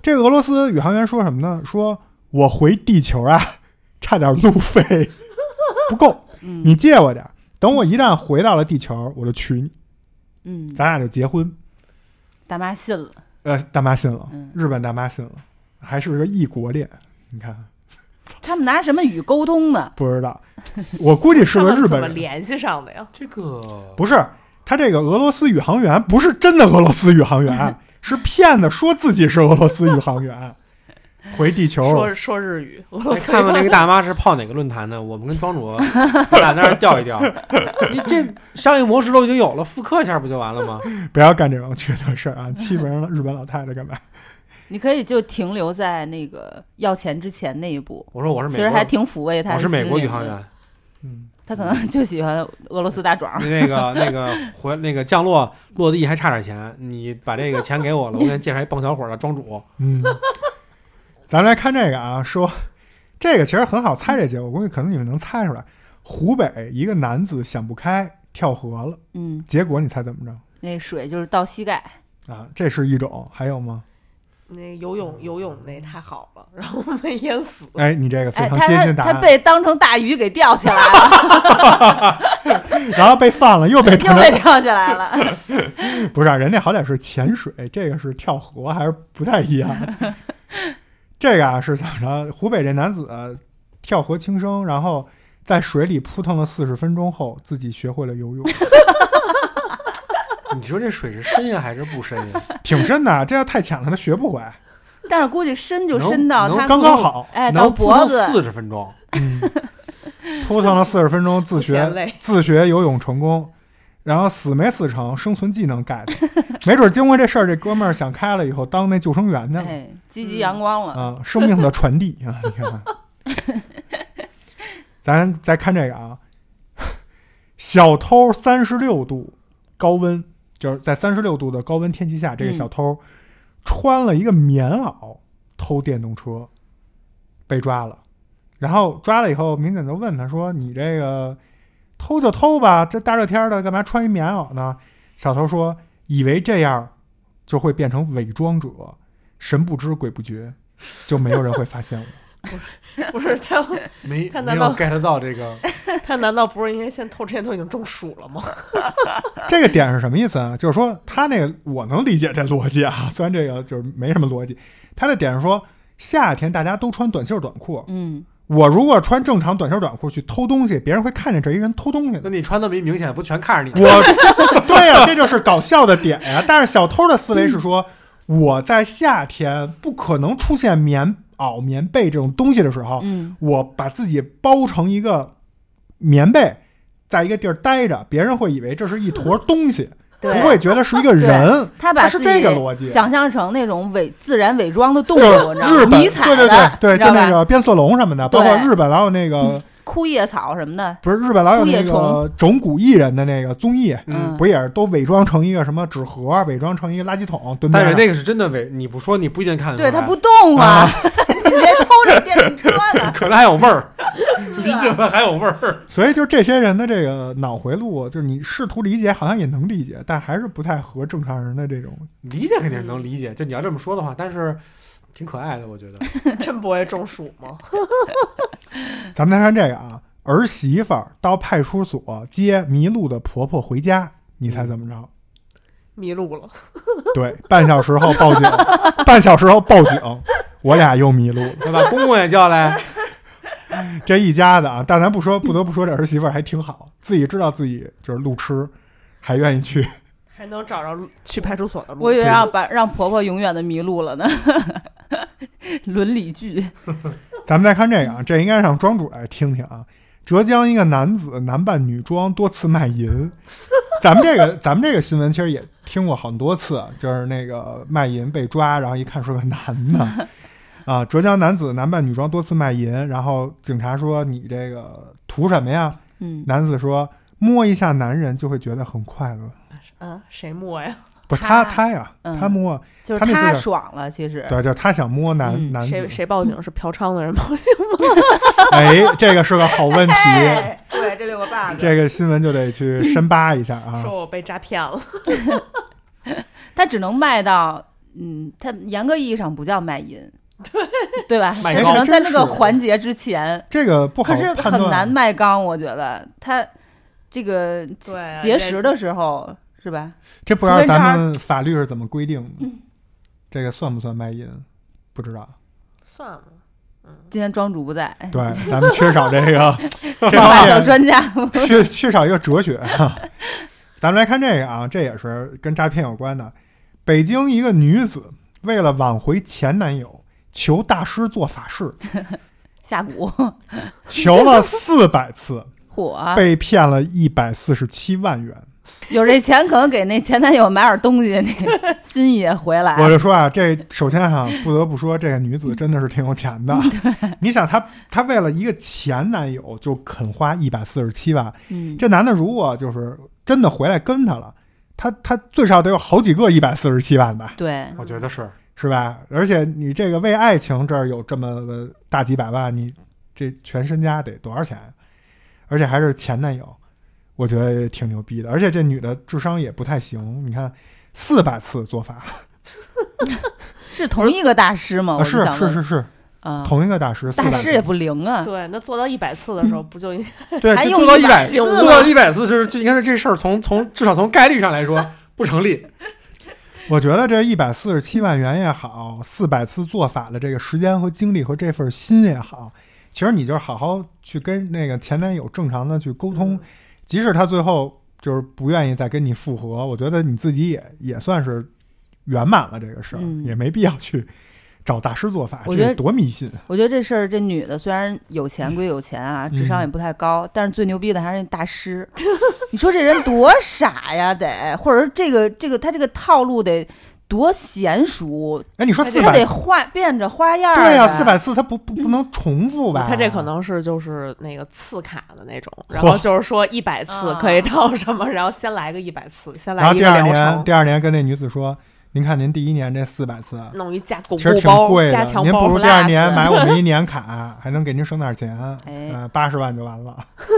这俄罗斯宇航员说什么呢？说我回地球啊， 差点路 费不够，
嗯
你借我点儿。等我一旦回到了地球，我就娶你，
嗯，
咱俩就结婚。
大妈信了，
呃，大妈信了
嗯，
日本大妈信了，还是个异国恋。你看，
他们拿什么语沟通呢？
不知道，我估计是
他
个
们
日
怎
本
么
人，
联系上的呀？
这个
不是他这个俄罗斯宇航员，不是真的俄罗斯宇航员， 是骗子说自己是俄罗斯宇航员，回地球
说说日语，俄罗
哎
斯
看看那个大妈是泡哪个论坛的，我们跟庄 主咱俩在那儿调一调。你这商业模式都已经有了，复刻一下不就完了吗？
不要干这种缺德事儿 啊！欺负人了日本老太太干嘛？
你可以就停留在那个要钱之前那一步，
我说我是
其
美
实
国，
还挺抚慰他。
我是美国宇航，员，
嗯，
他可能就喜欢俄罗斯大壮。
那个那个回那个降落落地还差点钱，你把这个钱给我了，我给你介绍一棒小伙儿的庄主。
嗯， 咱们来看这个啊，说这个其实很好猜这结果，我估计可能你们能猜出来。湖北一个男子想不开跳河了，
嗯，
结果你猜怎么着
那水就是到膝盖，
啊？这是一种，还有吗？
那游泳游泳那太好了，嗯 然后被淹死。
哎，你这个非
哎，
常
他
接
他
近答
他
案，
被当成大鱼给钓起来 了，
然后被放了，又被
又被钓起来了。
不是、啊，人家好歹是潜水，这个是跳河，还是不太一样。这个啊是怎么着？湖北这男子、呃跳河轻生，然后在水里扑腾了四十分钟后，自己学会了游泳，
你说这水是深呀还是不深呀？
挺深的，啊这要太浅了他学不会。
但是估计深就
能
深到
能
他
刚刚好， 嗯
哎到
能
脖子，
四十 分钟，
扑腾了四十分钟，自
嫌
学
累
自学游泳成功，然后死没死成，生存技能盖的，没准经过这事儿，这哥们儿想开了以后当那救生员去了
哎，积极阳光了。
啊！生命的传递 啊，你看看，咱再看这个啊，小偷三十六度高温，就是在三十六度的高温天气下，这个
嗯
小偷穿了一个棉袄偷电动车，被抓了。然后抓了以后，民警就问他说：“你这个偷就偷吧，这大热天的干嘛穿一棉袄呢？”小偷说：“以为这样就会变成伪装者，神不知鬼不觉，就没有人会发现我。
不是他，
没
看
没
难
有
道
get 到 这个，
他难道不是应该先透之前都已经中暑了 吗？
这个点是什么意思啊？就是说他那个我能理解这逻辑啊， 虽然这个就是没什么逻辑。他的点是说，夏天大家都穿短袖短裤，
嗯，
我如果穿正常短袖短裤去偷东西，别人会看见这一人偷东西的
那。你穿那么一明显，不全看 着 你？
我， 对呀、这就是搞笑的点呀、但是小偷的思维是说，我在夏天不可能出现棉袄、棉被这种东西的时候，
嗯
我把自己包成一个棉被，在一个地儿待着，别人会以为这是一坨东西，不
对
会觉得是一个人。
他把
他是
自
这
己
个逻辑
想象成那种伪自然伪装的动
就是
物，你知道
日
吗？
本，
迷彩
对对对
的，
对，
你知
就
道
那
吧？
个变色龙什么的，包括
对
日本老有那个
枯叶草什么的，
不是日本老有
枯
那
叶
个
虫
整蛊艺人的那个综艺，
嗯
不也是都伪装成一个什么纸盒，伪装成一个垃圾桶蹲边
但是
上。
那个是真的伪，你不说你不一定
嗯
看得出
对
来。，
它不动啊， 你别偷着电动车呢
可能还有 味儿，离近了还有味
啊
儿。
所以就是这些人的这个脑回路，就是你试图理解，好像也能理解，但还是不太合正常人的这种。
理解肯定是能理解，就你要这么说的话，但是挺可爱的，我觉得。
真不会中暑吗？
咱们再看这个啊，儿媳妇儿到派出所接迷路的婆婆回家，你猜怎么着？
迷路了，
对，半小时后报警，半小时后报警，我俩又迷路了。
我把公公也叫来，
这一家的啊，但咱不说，不得不说这儿媳妇儿还挺好，自己知道自己就是路痴，还愿意去。
还能找着去派出所的路？
我以为让把让婆婆永远的迷路了呢。 伦理剧，
咱们再看这个啊，这应该让庄主来听听啊。浙江一个男子男扮女装多次卖淫，咱们这个咱们这个新闻其实也听过很多次，啊就是那个卖淫被抓，然后一看是个男的，啊，浙江男子男扮女装多次卖淫，然后警察说你这个图什么呀？
嗯，
男子说摸一下男人就会觉得很快乐，
啊，谁摸呀？
不是他
他
他呀，
嗯
他摸，
就是
他那
他
次是
爽了，其实
对，就是他想摸男、
嗯
男
谁
子，
谁报警？是嫖娼的人报警吗？
哎，这个是个好问题。
哎，对，这六个 bug，
这个新闻就得去深扒一下啊。
说我被诈骗了，
他只能卖到，嗯，他严格意义上不叫卖淫，对对吧？
卖
他只
高
能在那
真
个
是
环节之前，
这个不好
可是
判断，
很难卖刚，我觉得他这个
呃对
节食的时候是吧？
这不知道
除非
咱
这儿
们法律是怎么规定的。
嗯
这个算不算卖淫？不知道。
算了。嗯
今天庄主不在，
对，咱们缺少这个 这
大
方
小
面，
专家，
缺缺少一个哲学 啊。咱们来看这个啊，这也是跟诈骗有关的。北京一个女子为了挽回前男友，求大师做法事，
下蛊
求了四百次，
火，啊
被骗了一百四十七万元。
有这钱可能给那前男友买点东西，那个心也回来。
我就说啊，这首先哈、不得不说，这个女子真的是挺有钱的。你想她，她为了一个前男友就肯花一百四十七万，
嗯，
这男的如果就是真的回来跟她了，他他最少得有好几个一百四十七万吧，
对，
我觉得是
是吧？而且你这个为爱情这儿有这么个大几百万，你这全身家得多少钱？啊而且还是前男友，我觉得也挺牛逼的。而且这女的智商也不太行，你看四百次做法，
是同一个大师吗？
啊
我就是哦想
是
问
是是，
啊，
同一个大师，
大
400
师也不灵啊。
对，那做到一百次的时候，
嗯
不就应该
对，
还
就
用
做到一百，
140
做到一百次就是就应该是这事儿从从至少从概率上来 说不成立。
我觉得这一百四十七万元也好，四百次做法的这个时间和精力和这份心也好，其实你就是好好去跟那个前男友正常的去沟
嗯
通，即使他最后就是不愿意再跟你复合，我觉得你自己也也算是圆满了这个事儿，
嗯
也没必要去找大师做法，
我觉得
这多迷信。
我觉得这事儿，这女的虽然有钱归有钱啊，
嗯
智商也不太高，但是最牛逼的还是那大 师。你说这人多傻呀，得，或者是这个这个他这个套路得多娴熟，
哎，你说
他
四
这
他得
百，
换变着花样儿
对呀、
的
四百四，他不不不能重复吧？
嗯他这可能是就是那个次卡的那种，然后就是说一百次
啊
可以到什么，然后先来个一百次，先
然
来
后
一
第
个
二
疗
年，
程，
第二年跟那女子说：“您看，您第一年这四百次，啊
弄一加巩
其实
固
挺
包
贵、
加
的，
强
您
包
不如
和
第二
辣
年
子
买我们一年卡，还能给您省点钱，
哎
呃，八十万就完了。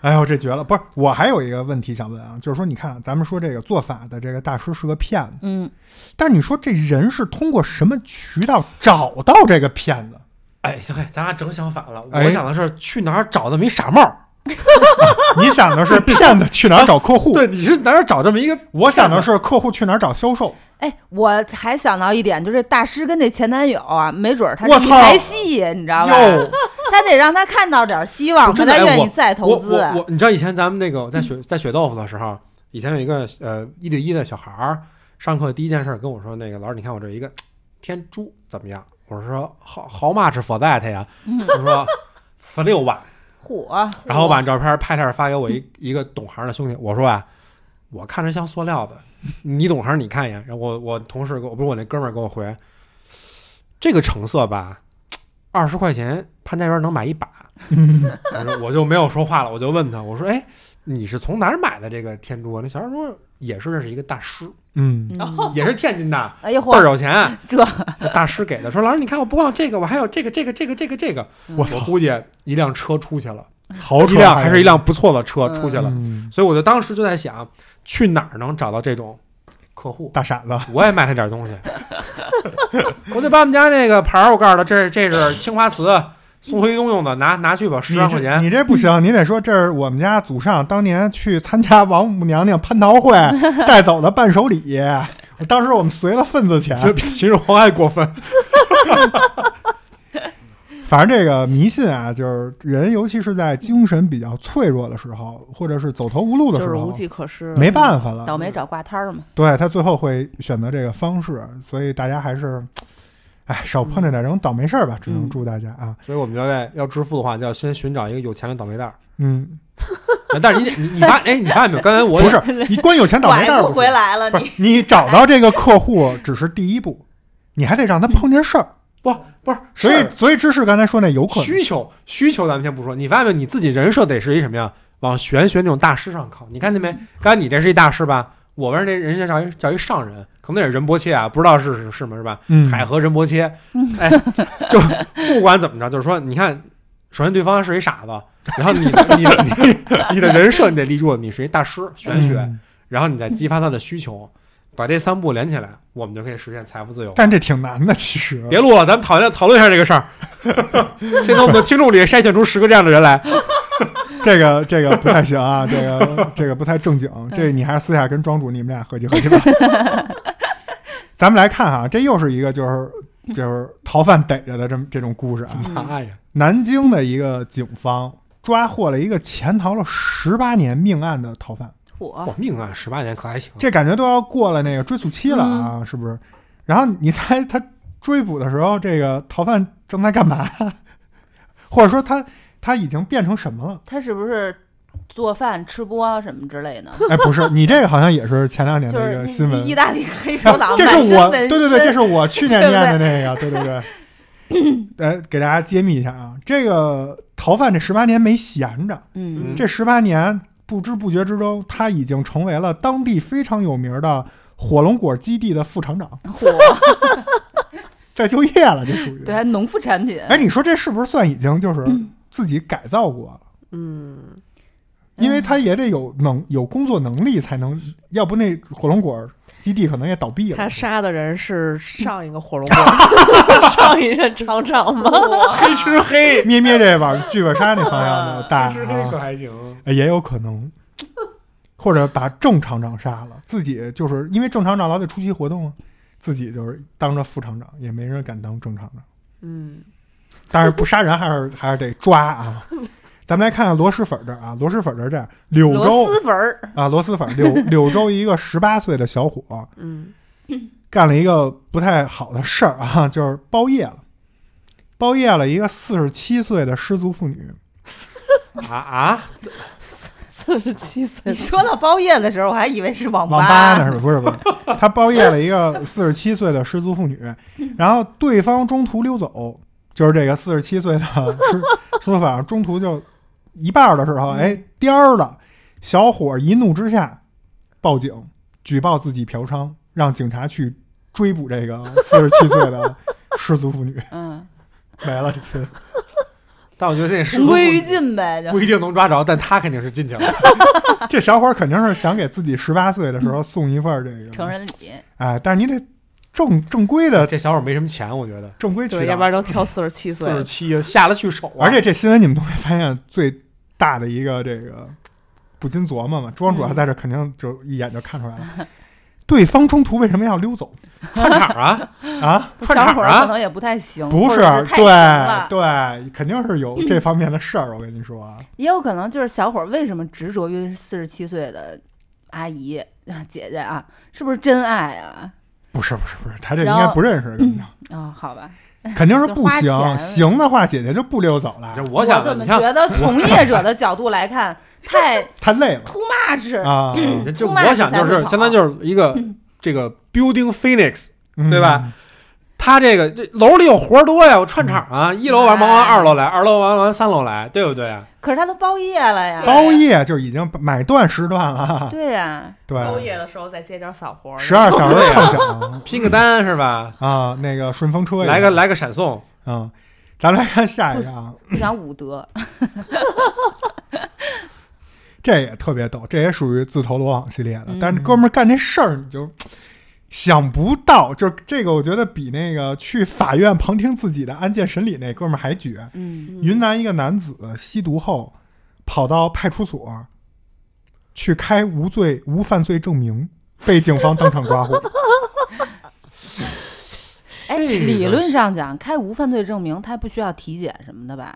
哎呦，这绝了！不是，我还有一个问题想问啊，就是说，你看啊，咱们说这个做法的这个大师是个骗子，
嗯，
但是你说这人是通过什么渠道找到这个骗子？
哎，对，咱俩整相反了。
哎
我想的是去哪儿找那么一傻帽儿？
你想 的是骗子去哪儿找客户？
对，你是哪儿找这么一个？
我想的是客户去哪儿找销售？
哎，我还想到一点，就是大师跟那前男友啊，没准儿他
我
是一
操
台戏，你知道吧？
哟，
他得让他看到点儿希望，
不
他
真的
才
哎
愿
我
意再投资。啊嗯
我我我，你知道以前咱们那个在学在学豆腐的时候，以前有一个呃一对一的小孩儿，上课第一件事跟我说，那个老师，你看我这一个天珠怎么样？我说 how how much for that 呀？
嗯
他说十六万。
火，
然后我把照片拍下来发给我一 一个懂行的兄弟，我说啊，我看着像塑料的， 你懂行你看一眼。然后我我同事给我不是我那哥们儿给我回，这个成色吧，二十块钱潘家园能买一把。我说我就没有说话了，我就问他，我说哎，你是从哪儿买的这个天珠啊？那小孩说也是认识一个大师，
嗯，
嗯
也是天津的，
哎呦
倍儿
嚯，
有钱，
这
大师给的。说老师你看我不光这个，我还有这个这个这个这个这个。
我
我
操，
估计一辆车出去了。
豪
一
车
辆还是一辆不错的车出去了，
嗯
所以我就当时就在想，去哪儿能找到这种客户？
大傻子。
我也卖他点东西， 我得把我们家那个牌儿，我告诉他，这这是青花瓷，宋徽宗用的，拿拿去吧，十
你
万
这
块钱。
你这不行，你得说这是我们家祖上当年去参加王母娘娘蟠桃 会带走的伴手礼。我当时我们随了份子钱，
这比秦始皇还过分。
反正这个迷信啊，就是人尤其是在精神比较脆弱的时候，或者是走投无路的
就
时
是
候
无，计嗯可施。
没办法了，
倒霉找挂摊儿嘛。
对他最后会选择这个方式，所以大家还是，哎，少碰着点这种倒霉事儿吧，只能
嗯
祝大家啊，
所以我们要在要致富的话，就要先寻找一个有钱的倒霉 蛋儿。
嗯，
但是你得你你发哎，你发现没有？刚才我
不是你光有钱倒霉蛋儿不行
来了
不是你找到这个客户只是第一步，你还得让他碰见事儿。
不不是，
所以
嗯是
所以芝士刚才说那有可能，
需求需求咱们先不说，你发现没有？你自己人设得是一什么呀？往玄学那种大师上靠。你看见没？
嗯
刚才你这是一大师吧？我们那人家叫一叫一上人，可能也是仁波切啊，不知道是是是吗？是吧？
嗯，
海河仁波切，哎，就不管怎么着，就是说，你看，首先对方是一傻子， 然后你的你的你你的人设你得立住，你是一大师玄学，
嗯
然后你再激发他的需求，把这三步连起来，我们就可以实现财富自由。
但这挺难的，其实
别录了，咱们讨论讨论一下这个事儿。 先从我们的听众里筛选出十个这样的人 来。
这个这个不太行啊，这个这个不太正经，这你还是私下跟庄主你们俩合计合计吧。咱们来看哈，这又是一个就是就是逃犯逮着的这么这种故事啊。
妈哎呀！
南京的一个警方抓获了一个潜逃了十八年命案的逃犯，
我
火，
命案十八年可还行？
这感觉都要过了那个追诉期了啊，
嗯
是不是？然后你猜他追捕的时候，这个逃犯正在干嘛？ 或者说他他已经变成什 么了？
他是不是做饭吃播什么之类的？
哎，不是，你这个好像也是前两年
就
的一
是
个
那
新闻
意，大利黑手
啊
党，
这
满
是
身
我，对
纹
对对，这
身
是我去年念的那个，对对 对。呃，给大家揭秘一下啊，这个逃犯这十八年没闲着，
嗯
嗯
这十八年不知不觉之中，他已经成为了当地非常有名的火龙果基地的副厂长，
火，
再就业了，这属于。
对，还农副产品。
哎，你说这是不是算已经就是自己改造过了？
嗯，
因为他也得有能有工作能力才能，要不那火龙果基地可能也倒闭
他
了。
杀的 人是上一个火龙果，上一任厂长吗？
黑吃黑，
咩咩这往剧本杀那方向 的大
吃黑可
啊，
还行？
哎也有可能，或者把郑厂长杀了，自己就是因为郑厂长老得出席活动啊，自己就是当着副厂长，也没人敢当郑厂长。
嗯，
但是不杀人还是还是得抓啊。咱们来看看螺蛳粉儿这儿啊，螺蛳粉儿这儿这样，柳州
螺蛳粉儿，
啊，螺蛳粉儿柳柳州一个十八岁的小伙
嗯
干了一个不太好的事儿啊，就是包夜了，包夜了一个四十七岁的失足妇女。
啊啊！
四十七岁
你，说到包夜的时候，我还以为是网
网吧呢？是吧？不是不是，他包夜了一个四十七岁的失足妇女，
嗯
然后对方中途溜走，就是这个四十七岁的失失足法中途就一半儿的时候，哎，
嗯
颠儿了，小伙一怒之下报警举报自己嫖娼，让警察去追捕这个四十七岁的失足妇女，
嗯，
没了这次。
但我觉得那失
同
足妇
归于
女
尽呗，就
不一定能抓着，但他肯定是进去了。
这小伙儿肯定是想给自己十八岁的时候送一份儿这个
成，人礼。
哎，但是你得正正规的
这小伙没什么钱，我觉得
正规渠
对，
道
要
啊
不。然能跳四十七岁
四。十七下得去手啊，
而且这新闻你们都会发现最大的一个这个不禁琢磨嘛，朱庄主
嗯
要在这肯定就一眼就看出来了，对方中途为什么要溜走
串场啊，
啊？
串场
小伙儿可
啊，
能也不太行，
不
嗯或
是
者是，太行
对
了
对，肯定是有这方面的事儿。我跟你说啊，
也有可能就是小伙儿为什么执着于四十七岁的阿姨啊姐姐啊，是不是真爱啊？
不是不是不是，他这应
然
该
后
不认识，根
啊、好吧，
本肯定是不
就花
行。
钱
行的话，姐姐就不溜走了
这，我想
怎么
的，你像
觉 得从业者的角度来看，太
太累了
too much，、
啊，
这这
出卖
我想就
才
是
会好嗯
相当于就是一个这个 building phoenix，
嗯
对吧？他这个这楼里有活儿多呀，我串场
嗯
啊，一楼完忙完二楼来，二楼完完三楼来，对不对啊？
可是他都包夜了呀，
包夜就已经买断时段了，
对呀、
包
对，
夜的时候再接点散活儿，
十二小时畅 想
拼个单是吧？
啊，那个顺风车也
来个来个闪送，
啊、咱们来看下一个啊，
不讲武德，
这也特别逗，这也属于自投罗网系列的。
嗯
但是哥们儿干这事儿，你就想不到，就是这个，我觉得比那个去法院旁听自己的案件审理那哥们儿还绝。
嗯，
云南一个男子吸毒后，跑到派出所去开无罪无犯罪证明，被警方当场 抓获。
哎，
这个
理论上讲，开无犯罪证明，他不需要体检什么的吧？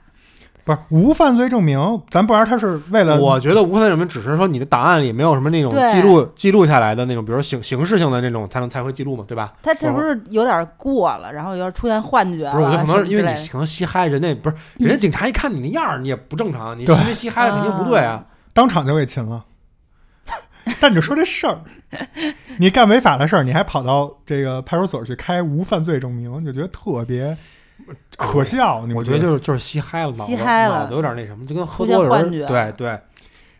不是无犯罪证明，咱不玩，他是为了
我觉得无非证明只是说你的档案里没有什么那种
对
记录记录下来的那种，比如形形式性的那种才能才会记录嘛，对吧？
他是不是有点过了，然后有点出现幻觉了？
不是，我觉得可能
啊什么
是因为
之类
你
的嗯
可能吸嗨，人家不是人家警察一看你那样儿，你也不正常，你吸没吸嗨了肯定不对啊。
当场就给擒了。 但你就说这事儿，你干违法的事儿，你还跑到这个派出所去开无犯罪证明，你就觉得特别可笑。你不
我觉得
得
就是就是吸嗨了，脑子
吸嗨了
脑子有点那什么，就跟喝
出现
多了人
幻觉
对对，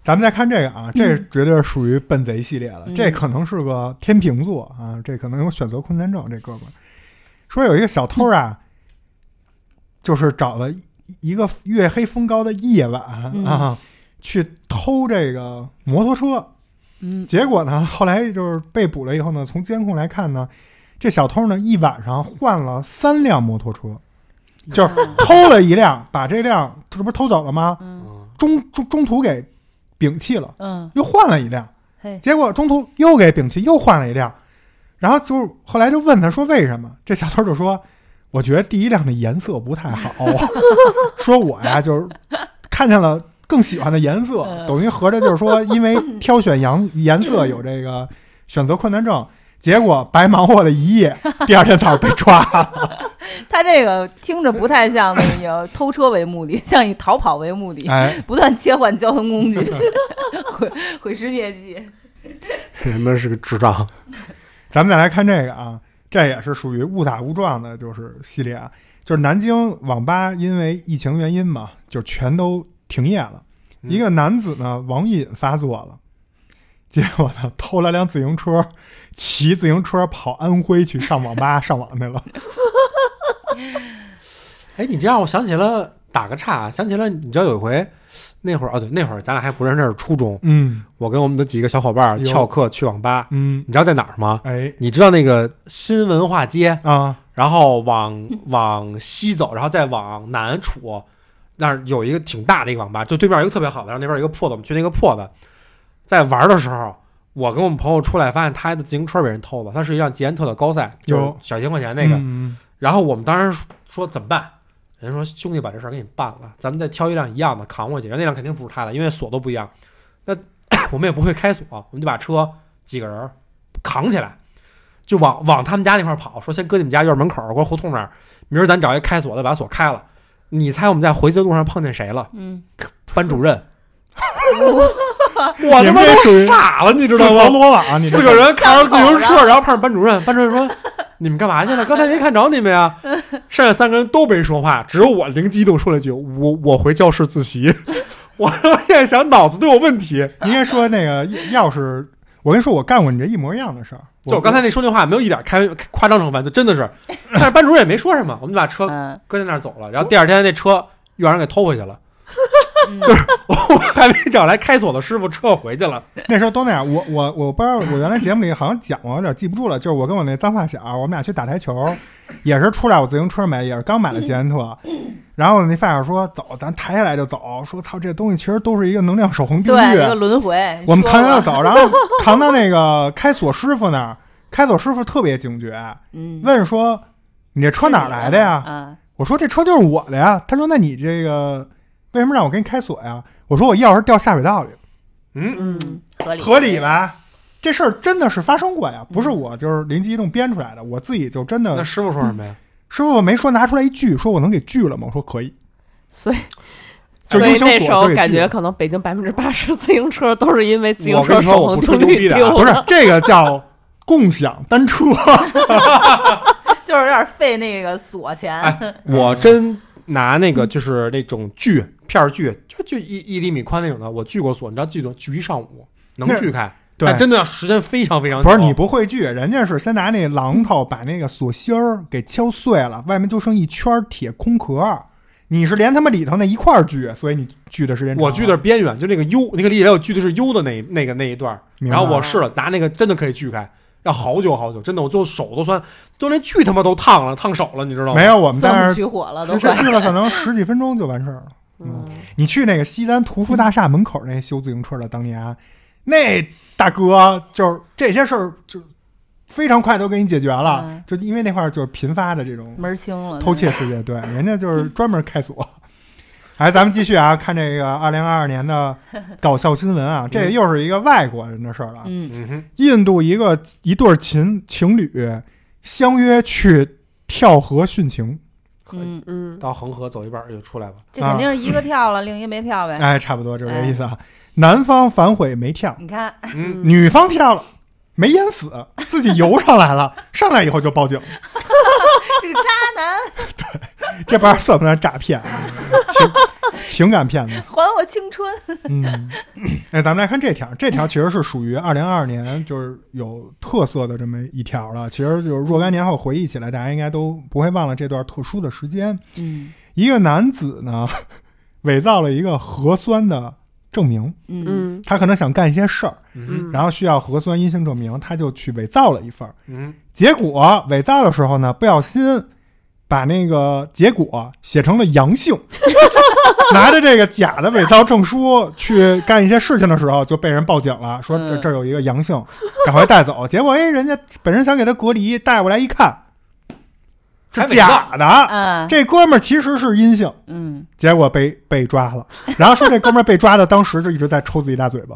咱们再看这个啊，这绝对是属于笨贼系列的，
嗯
这可能是个天秤座啊，这可能有选择困难症。这哥们儿说有一个小偷啊，
嗯
就是找了一一个月黑风高的夜晚
嗯
啊，去偷这个摩托车。
嗯，
结果呢，后来就是被捕了以后呢，从监控来看呢，这小偷呢一晚上换了三辆摩托车，就是偷了一辆，把这辆这不是偷走了吗？
嗯
嗯，
中中中途给摒弃了，
嗯，
又换了一辆
嘿，
结果中途又给摒弃，又换了一辆，然后就是后来就问他说为什么？这小偷就说，我觉得第一辆的颜色不太 好，说我呀就是看见了更喜欢的颜色，
嗯
等于合着就是说，因为挑选颜颜色有这个选择困难症。结果白忙活了一夜，第二天早上被抓 了。
他这个听着不太像那个偷车为目的，像以逃跑为目的，
哎，
不断切换交 通工具，毁毁尸灭迹。
什么是个智障？
咱们再来看这个啊，这也是属于误打误撞的，就是系列啊，就是南京网吧因为疫情原因嘛，就全都停业了。
嗯
一个男子呢，网瘾发作了，结果呢偷了辆自行车，骑自行车跑安徽去上网吧上网去 了。
哎，你这让我想起了打个岔，啊想起了你知道有一回那会儿哦对，那会儿咱俩还不认识，那是初中，
嗯
我跟我们的几个小伙伴儿
哟
翘课去网吧，
嗯，
你知道在哪儿吗？
哎
你知道那个新文化街，
啊，
然后往往西走，然后再往南处，那儿有一个挺大的一个网吧，就对面有一个特别好的，然后那边有一个破的，我们去那个破的，在玩的时候，我跟我们朋友出来，发现他的自行车被人偷了，他是一辆捷安特的高赛，就是
哟
小一千块钱那个。
嗯
然后我们当时说怎么办？人说兄弟把这事儿给你办了，咱们再挑一辆一样的扛过去，人那辆肯定不是他的，因为锁都不一样。那 我们也不会开锁，我们就把车几个人儿扛起来，就往往他们家那块儿跑，说先搁你们家院门口儿或者胡同那儿，明儿咱找一开锁的把锁开了。你猜我们在回去的路上碰见谁了？
嗯，
班 主任。我他妈
你们这
都
属于
傻了，你知
自
道
投
吗？
罗网，啊你这
四个人开着自行车，然后碰上班主任，班主任说：“你们干嘛去了？刚才没看着你们呀。”剩下三个人都没说话，只有我灵机一动说了一句：“我我回教室自习。” 我他妈现在想脑子都有问题，
应该说那个钥匙，我跟你说，我干过你这一模一样的事儿。
就我刚才那说那话没有一点开夸张成分，就真的是。但是班主任也没说什么，我们就把车
呃
嗯，
搁在那儿走了。然后第二天那车又让人给偷回去了，
嗯
就是我我还没找来开锁的师傅撤回去了。
那时候都那样，我我我不知道，我原来节目里好像讲过，有点记不住了。就是我跟我那脏发小，我们俩去打台球，也是出来我自行车买，也是刚买了捷安特。然后我那发小说：“走，咱抬下来就走。”说：“操，这东西其实都是一个能量守恒定
对，
律。
一个轮回。
我们
说
扛
了
着，走，然后扛到那个开锁师傅那儿，开锁师傅特别警觉，
嗯，
问说：“你这车哪儿来的呀？”
嗯，
我说这车就是我的呀。他说那你这个为什么让我给你开锁呀？我说我钥匙掉下水道里，
嗯，
嗯，合理
合理？吧？这事儿真的是发生过呀，不是我就是灵机一动编出来的，我自己就真
那
的。
师傅说什么呀？
师傅没说拿出来一锯，说我能给锯了吗？我说 可以，
所以
就
所以
用小
那时
锁
候
就给
感
锯
觉
了。
可能北京百分之八十自行车都是因为自行
我
车
跟你说
守
我
恒
不吹
定
牛逼
律
的啊
丢
不是
了。
这个叫共享单 车，
就是有点费那个锁 钱。
哎我真拿那个就是那种锯片儿锯，就就一一厘米宽那种的，我锯过锁，你知道锯多锯一上午能锯开，
对
但，真的要时间非常非常久。
不是你不会锯，人家是先拿那榔头把那个锁芯儿给敲碎了，外面就剩一圈儿铁空壳儿，你是连他妈里头那一块儿锯，所以你锯的时间长
我锯的是边缘，就那个 U 那个理解我锯的是 U 的那那个那一段儿，
明白
然后我试了拿那个真的可以锯开，要好久好久，真的我最后手都酸，就连锯他妈都烫了，烫手了，你知道吗？
没有，我们在
钻
那
木
儿
取火了都
直接
快，
去了，可能十几分钟就完事儿了。
嗯，
你去那个西单屠夫大厦门口那修自行车的，当年啊那大哥就是这些事儿就非常快都给你解决了
嗯，
就因为那块儿就是频发的这种
门儿清了。
偷窃事件，对，人家就是专门开锁。 哎，咱们继续啊，看这个二零二二年的搞笑新闻啊，这又是一个外国人的事儿了啊。
嗯，
嗯哼，
印度一个一对儿情情侣相约去跳河殉情，
可以
嗯，
嗯，
到恒河走一半儿就出来了，
这肯定是一个跳了，另一没 跳呗。
哎，差不多就是这意思啊。男方反悔没跳，
你看，
嗯，
女方跳了。没淹死，自己游上来了，上来以后就报警，
这个渣男
这帮人算不算诈骗啊？情情感骗子。
还我青春。
嗯， 哎，咱们来看这条，这条其实是属于二零二二年就是有特色的这么一条了。其实就是若干年后回忆起来，大家应该都不会忘了这段特殊的时间。
嗯
一个男子呢， 伪造了一个核酸的证明，
嗯
嗯
他可能想干一些事儿，
嗯哼
嗯，
然后需要核酸阴性证明，他就去伪造了一份儿。
嗯
结果伪造的时候呢，不小心把那个结果写成了阳性， 拿着这个假的伪造证书去干一些事情的时候，就被人报警了，说这
嗯
这儿有一个阳性，赶快带走。结果哎，人家本身想给他隔离，带过来一看，是
还伪造
假的，
啊，
这哥们儿其实是阴性。
嗯，
结果被被抓了，然后说这哥们儿被抓的当时就一直在抽自己大嘴巴。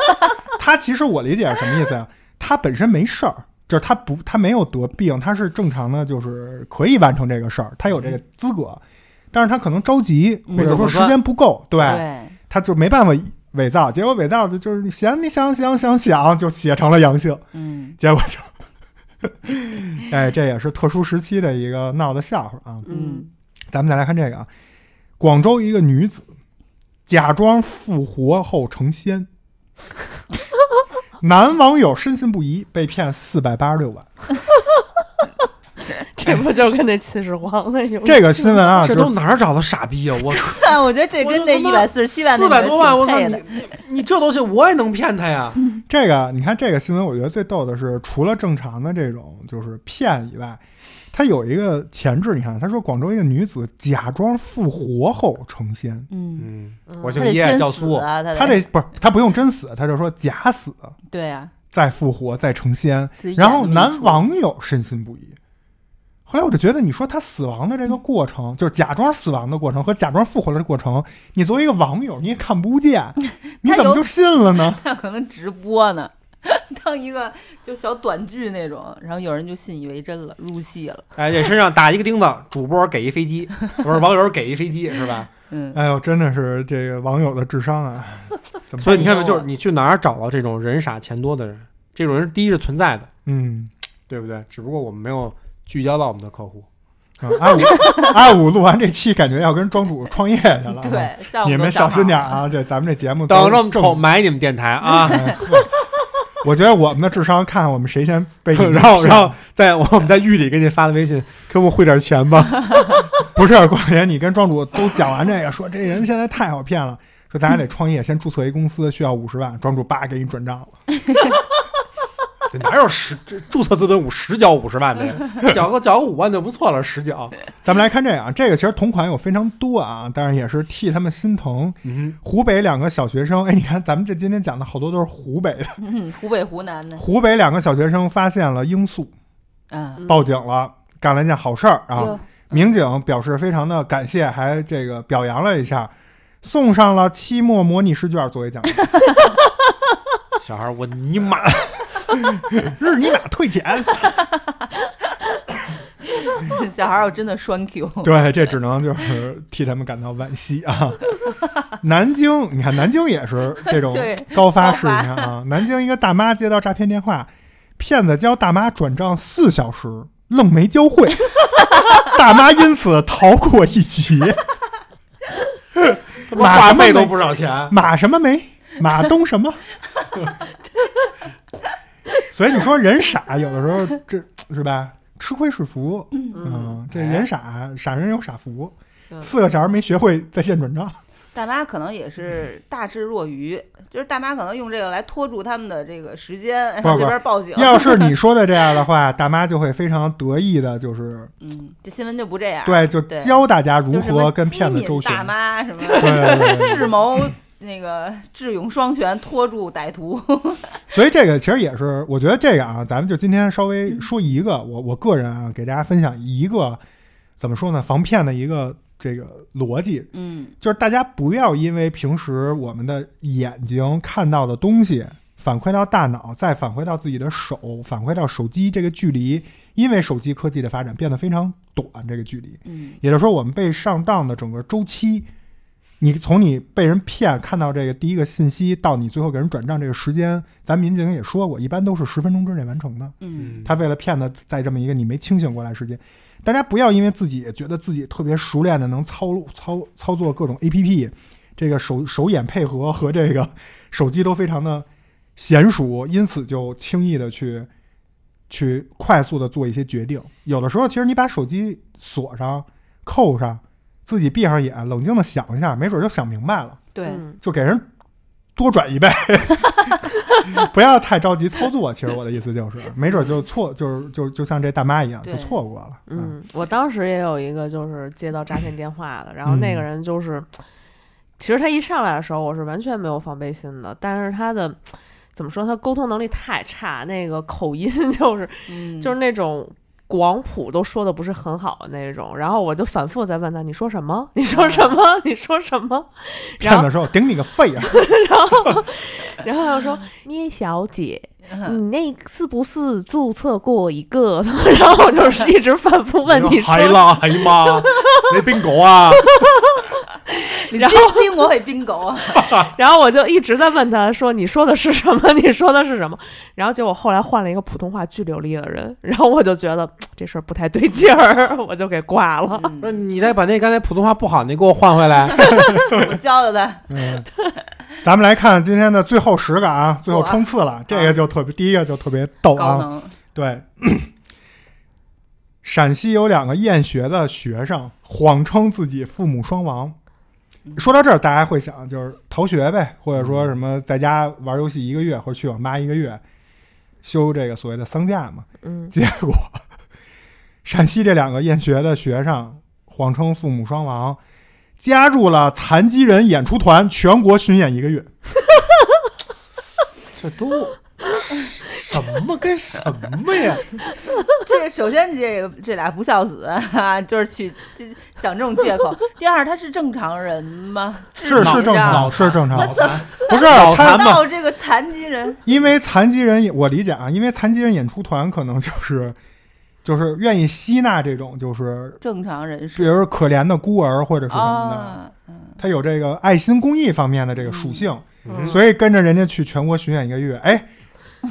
他其实我理解是什么意思呀、他本身没事儿，就是他不他没有得病，他是正常的，就是可以完成这个事儿，他有这个资格，但是他可能着急
嗯
或者说时间不够，对，
对，
他就没办法伪造，结果伪造的就是你想你想想想想就写成了阳性，
嗯
结果就。 哎，这也是特殊时期的一个闹的笑话啊！
嗯，
咱们再来看这个啊，广州一个女子假装复活后成仙，男网友深信不疑，被骗四百八十六万。
这不就跟那秦始皇那有
这个新闻啊，
这
就
都
是
哪儿找的傻逼呀、我
但我觉得这跟那一百四十七万那
四百多万，我操
挺配
你
的
你你这东西我也能骗他呀？
这个，你看这个新闻，我觉得最逗的是，除了正常的这种就是骗以外，它有一个前置。你看，他说广州一个女子假装复活后成仙，
嗯，
嗯，
他
我姓
得
叶
先
叫
死
苏，
啊，他
她这不是她不用真死，她就说假死
对啊，
再复活再成仙，
自己
然后
演绎
男
出
网友深信不疑，后来我就觉得，你说他死亡的这
嗯
个过程，就是假装死亡的过程和假装复活的过程，你作为一个网友你也看不 见，你怎么就信了呢？
他可能直播呢， 当一个就小短剧那种，然后有人就信以为真了，入戏了。
哎，这身上打一个钉子，主播给一飞机，不是网友给一飞机是吧？
嗯，
哎呦，真的是这个网友的智商啊！怎么
所以你看
哎
吧，
呦
就是你去哪儿找到这种人傻钱多的人？这种人第一是存在的，
嗯，
对不对？只不过我们没有聚焦到我们的客户。
啊阿 五阿五录完这期，感觉要跟庄主创业去了。
对，下
啊
午
你
都
们
上
小心点
好了。
啊！这咱们这节目都
等着我们
正
瞅买你们电台啊！
哎呵我觉得我们的智商，看我们谁先 被你们
然后，
骗
然后在我们在狱里给你发的微信，给我们汇点钱吧。
不是广爷，你跟庄主都讲完这个，说这人现在太好骗了，说咱俩得创业，先注册一公司需要五十万，庄主叭给你转账了。
哪有十这注册资本五十交五十万的呀？缴个缴个五万就不错了，十缴。
咱们来看这个啊，这个其实同款有非常多啊，但是也是替他们心疼。
嗯
湖北两个小学生，哎，你看咱们这今天讲的好多都是湖北的。
嗯，湖北、湖南的，
湖北两个小学生发现了罂粟，
嗯，
报警了，干了一件好事儿啊。
哟
民警表示非常的感谢，还这个表扬了一下，送上了期末模拟试卷作为奖 励。
哼，小孩儿，我尼玛！
日你妈退钱！
小孩儿我真的栓 Q，
对，这只能就是替他们感到惋惜 啊。南京，你看南京也是这种
对
高发事件啊。南京一个大妈接到诈骗电话，骗子教大妈转账四小时，愣没教 会，大妈因此逃过一劫。
他妈
马
话
什么
费都
没
不少钱，
马什么梅，马东什么。 所以你说人傻，有的时候这是吧？吃亏是福，嗯，这人傻，傻人有傻福。
对
四个小孩没学会在线转账，
大妈可能也是
嗯
大智若愚，就是大妈可能用这个来拖住他们的这个时间，然
不
后
不
这边报警。
要是 你说的这样的话，大妈就会非常得意的，就是
嗯，这新闻就不这样。
对，就
对
教大家如
就什么
何跟骗子
机敏
周旋。
大妈什么
对对对对
智谋，那个智勇双全，拖住歹 徒。
所以这个其实也是，我觉得这个啊，咱们就今天稍
嗯
微说一个，我我个人啊，给大家分享一个怎么说呢，防骗的一个这个逻辑，
嗯
就是大家不要因为平时我们的眼睛看到的东西。反馈到大脑，再反馈到自己的手，反馈到手机这个距离，因为手机科技的发展变得非常短，这个距离，
嗯
也就是说，我们被上当的整个周期，你从你被人骗看到这个第一个信息，到你最后给人转账这个时间，咱民警也说过，一般都是十分钟之内完成的。
嗯
他为了骗的，在这么一个你没清醒过来时间，大家不要因为自己觉得自己特别熟练的能操操操作各种 A P P，这个手手眼配合和这个手机都非常的娴熟，因此就轻易的去去快速的做一些决定。有的时候，其实你把手机锁上、扣上，自己闭上眼，冷静的想一下，没准就想明白了。
对，
嗯
就给人多转一倍， 不要太着急操作。其实我的意思就是，没准就错，就是就就像这大妈一样，
对
就错过了。嗯，
嗯，我当时也有一个就是接到诈骗电话的，然后
嗯
那个人就是，其实他一上来的时候我是完全没有防备心的，但是他的怎么说，他沟通能力太差，那个口音 就是
嗯
就是那种。广普都说的不是很好的那种，然后我就反复在问他：“你说什么？你说什么？ 你说什么？”然
骗
后
的时候顶你个肺啊！
然后他就说：“聂小姐，你那是不是注册过一个？” 然后我就是一直反复问你说
嗨啦，哎妈，你冰狗啊！
你
然
真
后
惊我给冰狗 啊！
然后我就一直在问他说：“你说的是什么？ 你说的是什么？”然后结果后来换了一个普通话巨流利的人，然后我就觉得这事儿不太对劲儿， 我就给挂了。
说你再把那刚才普通话不好那给我换回来。
我教教他，
嗯，咱们来看今天的最后十个啊，最后冲刺了，这
啊
个就特别，第一个就特别逗
高
啊。
能。
对， 陕西有两个厌学的学生，谎称自己父母双亡。说到这儿，大家会想就是逃学呗，或者说什么在家玩游戏一个月，或者去网吧一个月，休这个所谓的丧假嘛。
嗯，
结果，陕西这两个厌学的学生谎称父母双亡，加入了残疾人演出团，全国巡演一个月。
这都
什么跟什么呀？
这首先这个这俩不孝子啊，就是去这想这种借口。第二，他是正常人吗？
是
智
是
障
正常，是正常，
怎么
不是
脑
他
残嘛
到这个残疾人？
因为残疾人也，我理解啊，因为残疾人演出团可能就是就是愿意吸纳这种就是
正常人是
比如可怜的孤儿或者是什么的，
啊，
他有这个爱心公益方面的这个属性，
嗯
所以跟着人家去全国巡演一个月，哎，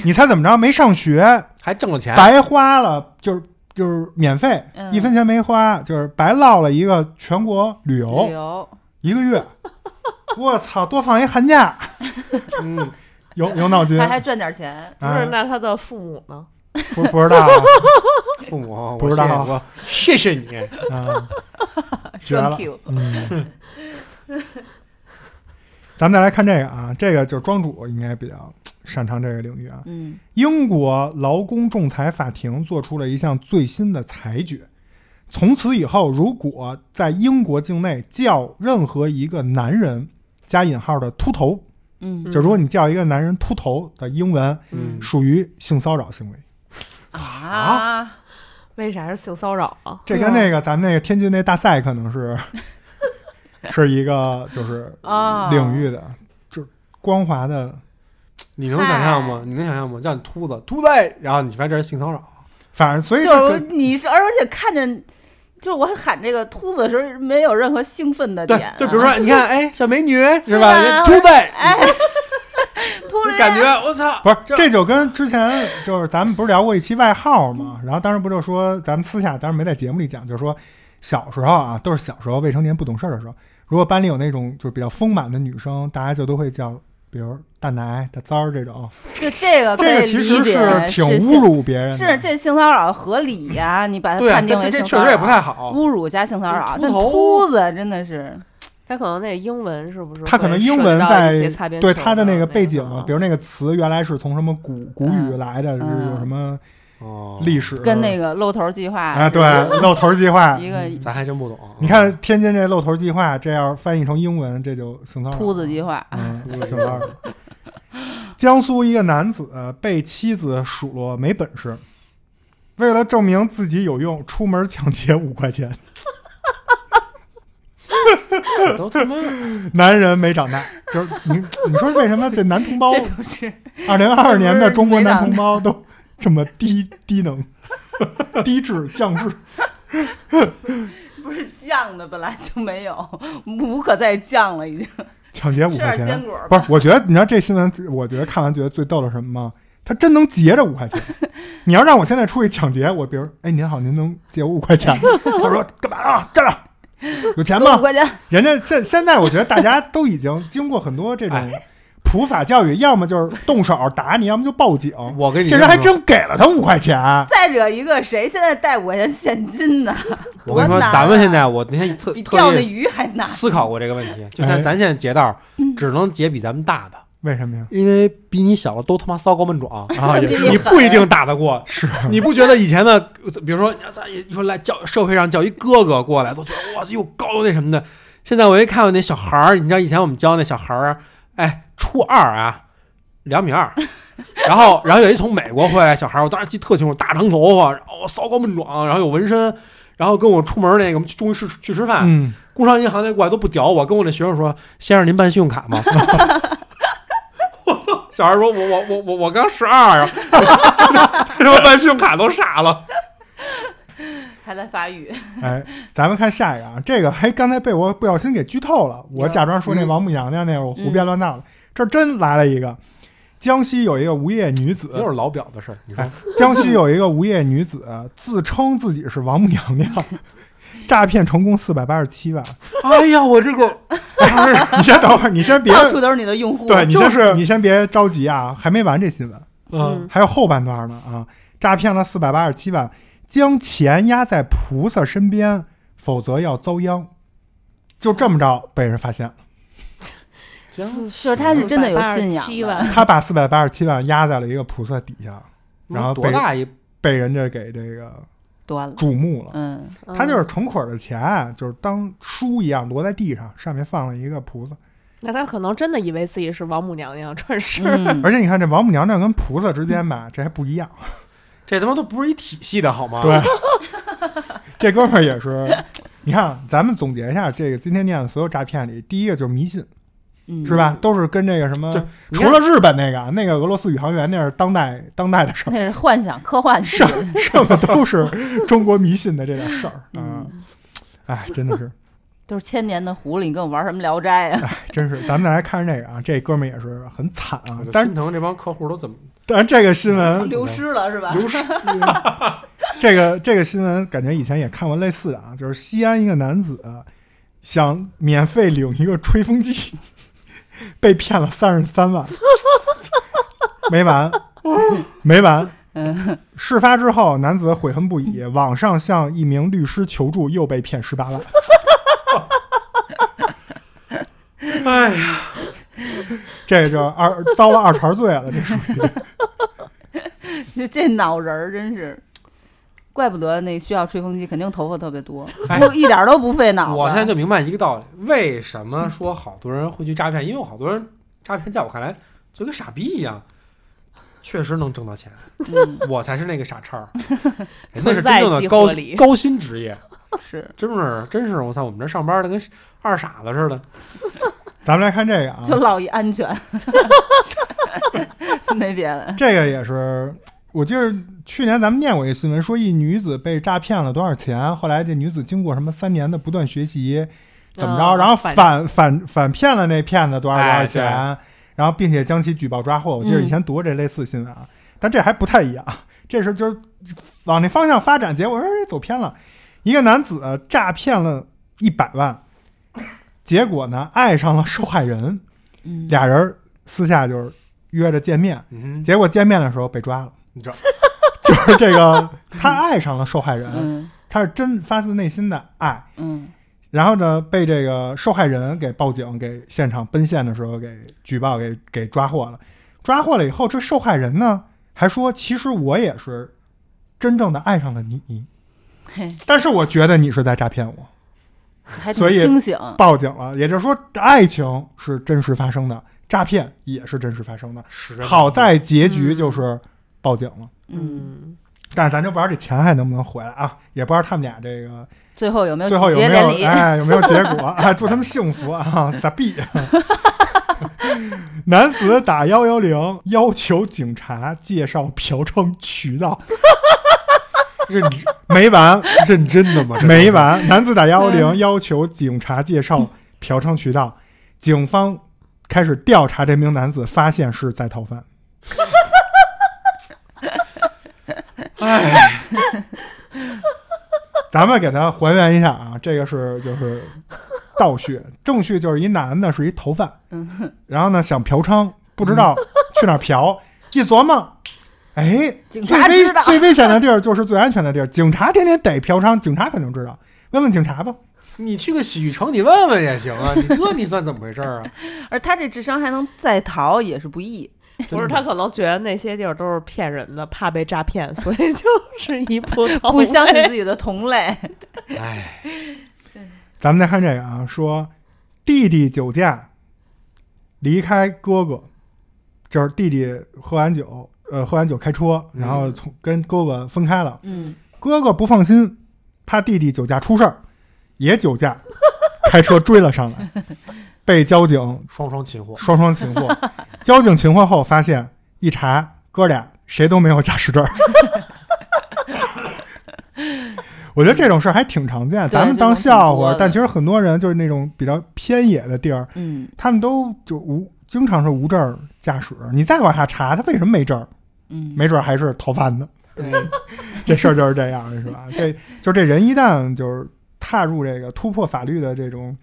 你猜怎么着？没上学，
还挣了钱，
白花了，就是就是免费，
嗯
一分钱没花，就是白落了一个全国旅游
旅游
一个月。 我操，多放一寒假，
嗯，
有有脑筋
还还赚点钱，
不是，
啊？
那他的父母呢？
不不知道啊
父母哦我
不知道啊
谢谢，我谢谢你。
啊，绝
双
了
Q
嗯，咱们再来看这个啊，这个就是庄主应该比较擅长这个领域啊。
嗯，
英国劳工仲裁法庭做出了一项最新的裁决，从此以后，如果在英国境内叫任何一个男人（加引号的秃头），
嗯
就如果你叫一个男人秃头的英文，
嗯
属于性骚扰行为。
啊，
为啥是性骚扰啊？
这跟那个咱们那个天津那大赛可能 是是一个就是
啊
领域的，就是光滑的。
你能想象吗？你能想象吗？叫你秃子，秃子，然后你发现这是性骚扰，
反正所以
就
这
是
个
你是，而且看见，就是我喊这个秃子的时候，没有任何兴奋的
对
点啊，，
就比如说，你看，哎，小美女是吧？
对啊
秃子，
哎， 秃
你
驴，
感觉我操，
不是这就跟之前就是咱们不是聊过一期外号嘛，然后当时不就说咱们私下当然没在节目里讲，就是说小时候啊，都是小时候未成年不懂事儿的时候，如果班里有那种就是比较丰满的女生，大家就都会叫。比如大奶、大糟儿这种，
就这个可
这个
以
其实
理解
是挺侮辱别人的。
是这性骚扰合理呀、你把它
对啊，
判定
这这
为
这
性
确
骚
实
扰，
也不太好。
侮辱加性骚扰
秃。
但
头
秃子真的是，
他可能那英文是不是会
他可能英文
顺到一
在
些擦边球
对
的
他的那
那啊
个背景，比如
如
那个词原来是从什么古古语
嗯
来的，是
嗯
有什么
哦
历史
跟那个露头计划
啊，对露头计划。
一个
咱还真不懂。
你看天津这露头计划，这要翻译成英文，这就性骚扰了
秃子计划，
嗯，性骚扰。江苏一个男子呃被妻子数落没本事，为了证明自己有用，出门抢劫五块钱。
都他妈
男人没长大，就是你，你说为什么这男同胞
这不是
二零二二年的中国男
不是
同胞都这么低低能、 低智、降智？
不是降的，本来就没有，无可再降了，已经。
抢劫五
吃
块
点坚
钱？
果
不
吧，
是，我觉得你知道这新闻，我觉得看完觉得最逗的是什么吗？他真能劫这五 块钱。你要让我现在出去抢劫，我比如，哎，您好，您能借我五块钱吗？他说干嘛啊？干了，有钱
五
吗？
块钱，
人家现现在我觉得大家都已经经过很多这种
哎
普法教育，要么就是动手打你，要么就报警。
我跟你
这人还
么说
真给了他五块钱，
再者一个谁现在带五块钱现金呢？
我跟你
多
说，
难
咱们
啊
现在我那天特
呃
比钓
特
那
意
鱼还难。
思考过这个问题，就
哎
像咱现在劫道儿，只能劫比咱们大的，
为什么呀？
因为比你小的都他妈骚高闷 壮，
啊，也
这
你
也
不一定打得 过。
是
你不觉得以前的，比如说咱一说来叫社会上叫一哥哥过来，都觉得哇又高又那什么的。现在我一看我那小孩儿，你知道以前我们教那小孩儿，哎，初二啊，两米二，然后然后有一从美国回来小孩儿，我当时记得特清楚，大长头发，然后骚高闷壮，然后有纹身，然后跟我出门那个，我们去终于是去吃饭，
嗯，
工商银行那过来都不屌我，跟我那学生说：“先生，您办信用卡吗？” 我操！小孩说：“我我我我我刚十二啊， 他妈办信用卡都傻了。
还在 发育，
哎，咱们看下一个啊，这个还刚才被我不小心给剧透了。我假装说那王母娘娘那会儿我胡编乱闹了，这真来了一个。江西有一个无业女”子，
又是老表的事儿，你说
哎，江西有一个无业女子自称自己是王母娘娘，诈骗成功四百八十七万。
哎呀，我这个
你先等会儿，你先别，
到处都是你的用户。
对，你
就
先
是
你先别着急啊，还没完这新闻。
嗯，
还有后半段呢啊！诈骗了四百八十七万，将钱压在菩萨身边，否则要遭殃。就这么着被人发现了，
就是他是真的有信仰
七
的
万，
他把四百八十七万压在了一个菩萨底下，然后被
多大一
被人家给这个
端了，
注目了。
嗯，嗯
他就是成捆儿的钱，就是当书一样摞在地上，上面放了一个菩萨，
那他可能真的以为自己是王母娘 娘转世。
嗯
而且你看这王母娘娘跟菩萨之间吧，这还不一样。啊
这他妈都不是一体系的好吗？
对，这哥们儿也是。你看，咱们总结一下，这个今天念的所有诈骗里，第一个就是迷信，
嗯
是吧？都是跟这个什么
就，你
除
看
了日本那个啊，那个俄罗斯宇航员那是当代当代的事儿，
那是幻想科幻剧
剩剩的都是中国迷信的这点事 儿。
嗯，
哎，真的是，
都是千年的狐狸，你跟我玩什么聊斋啊？
真是。咱们再来看看这个啊，这哥们儿也是很惨 啊
我。就
但是
心疼这帮客户都怎么
但是这个新闻，
流失了 是吧？
流失？
这个这个新闻感觉以前也看过类似的啊，就是西安一个男子想免费领一个吹风机， 被骗了三十三万， 没完，没完。事发之后，男子悔恨不已，网上向一名律师求助，又被骗十八万。
哎呀，
这就二遭了二茬罪了，这是
就这脑仁儿真是，怪不得那需要吹风机，肯定头发特 别多，
哎
不一点儿都不费脑子。
我现在就明白一个道理，为什么说好多人会去诈骗？因为好多人诈骗，在我看来就跟傻逼一样，确实能挣到钱。
嗯
我才是那个傻叉 儿，人家
存
是
在
真正的
即
高
合理
高薪职业，
是
真是真是，我操，我们这上班的跟二傻子似的。
咱们来看这个啊，
就落一安全， 没别的。
这个也是，我记得去年咱们念过一个新闻，说一女子被诈骗了多少钱，后来这女子经过什么三年的不断学习，怎么着，
嗯
然后
反
反反反骗了那骗子多少多少
哎
钱，然后并且将其举报抓获。我记得以前读过这类似新闻啊，但这还不太一样，这是就是往那方向发展，结果哎走偏了。一个男子呃诈骗了一百万，结果呢爱上了受害人，
嗯
俩人私下就是约着见面。
嗯，
结果见面的时候被抓了，
你知道，
就是这个他爱上了受害人，
嗯
他是真发自内心的爱。
嗯
然后呢，被这个受害人给报警，给现场奔现的时候给举报，给给抓获了。抓获了以后，这受害人呢还说，其实我也是真正的爱上了你
嘿，
但是我觉得你是在诈骗我，
还挺
所以
清醒。嗯
报警了。也就是说，爱情是真实发生的，诈骗也是真实发生的。
实在
好在结局就是报警了。
嗯，
嗯，
但是咱就不知道这钱还能不能回来啊，也不知道他们俩这个
最后有没有
最后有
喜结
没
连
有
理？
哎有没有结果啊？祝他们幸福啊！傻逼！ 男子打幺幺零要求警察介绍嫖娼渠 道，
认
没 完
认真的吗？这
没完。男子打幺幺零要求警察介绍嫖娼渠道，警方开始调查这名男子，发现是在逃犯。
哎，
咱们给他还原一下啊，这个是就是倒叙， 正叙就是一男的是一头发，
嗯
然后呢想嫖娼，不知 道去哪儿嫖，一琢磨，哎，
警
最
察
危
知道，
最危险的地儿就是最安全的地儿，警察天天逮嫖娼，警察肯定知道，问问警察吧。
你去个洗浴城，你问问也行 啊，你这你算怎么回事儿啊？
而他这智商还能再逃，也是不易。
不是，他可能觉得那些地儿都是骗人的，怕被诈骗，所以就是一步到
哦
不 相信
位
自己的同类，
哎，
咱们再看这个啊，说弟弟酒驾离开哥哥，就是弟弟喝完酒，呃，喝完酒开车，然后从跟哥哥分开了。
嗯，
哥哥不放心，他弟弟酒驾出事儿，也酒驾，开车追了上来，被交警
双双擒获，
双双擒 获。交警擒获后发现，一查哥俩谁都没有驾驶 证儿。我觉得这种事儿还挺常见，咱们当笑话，
这种挺多的
但其实很多人就是那种比较偏野的地儿，
嗯
他们都就无经常是无证儿驾驶。你再往下查，他为什么没证儿？
嗯，
没准儿还是逃犯呢。
对，
这事儿就是这样，是 吧？这就这人一旦就是踏入这个突破法律的这种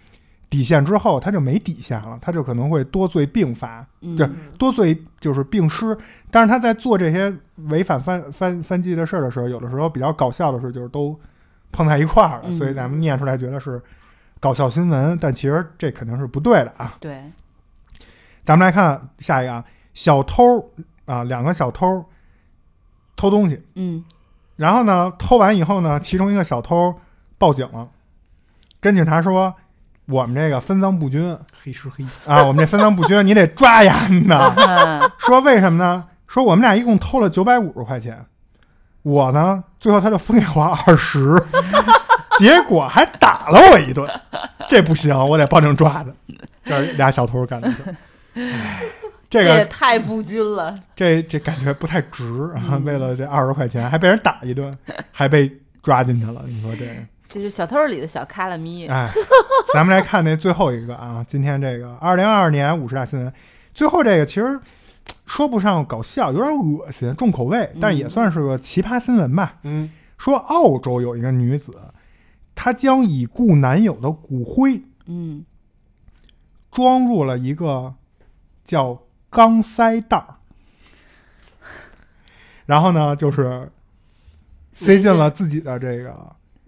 底线之后，他就没底线了，他就可能会多罪并罚，对
嗯
多罪就是并施。但是他在做这些违反犯犯犯纪的事儿的时候，有的时候比较搞笑的是，就是都碰在一块儿了，
嗯
所以咱们念出来觉得是搞笑新闻，但其实这肯定是不对的啊。
对，
咱们来看下一个啊，小偷啊，两个小偷偷东西。
嗯
然后呢，偷完以后呢，其中一个小偷报警了，跟警察说：“我们这个分赃不均
黑吃黑，
啊，我们这分赃不均，你得抓呀呢。
嗯
说为什么呢？说我们俩一共偷了九百五十块钱，我呢最后他就分给我二十， 结果还打了我一顿，这不行，我得报警抓他。这是俩小偷干的事儿，这
这也
个
太不均了。
这这感觉不太值啊！为了这二十块钱还被人打一顿，还被抓进去了，你说这个？
这就是小偷里的小卡拉咪，
哎，咱们来看那最后一个啊，今天这个二零二二年五十大新闻，最后这个其实说不上搞笑，有点恶心，重口味，但也算是个奇葩新闻吧。
嗯，
说澳洲有一个女子，她将已故男友的骨灰
嗯，
装入了一个叫钢塞袋儿，然后呢，就是塞进了自己的这个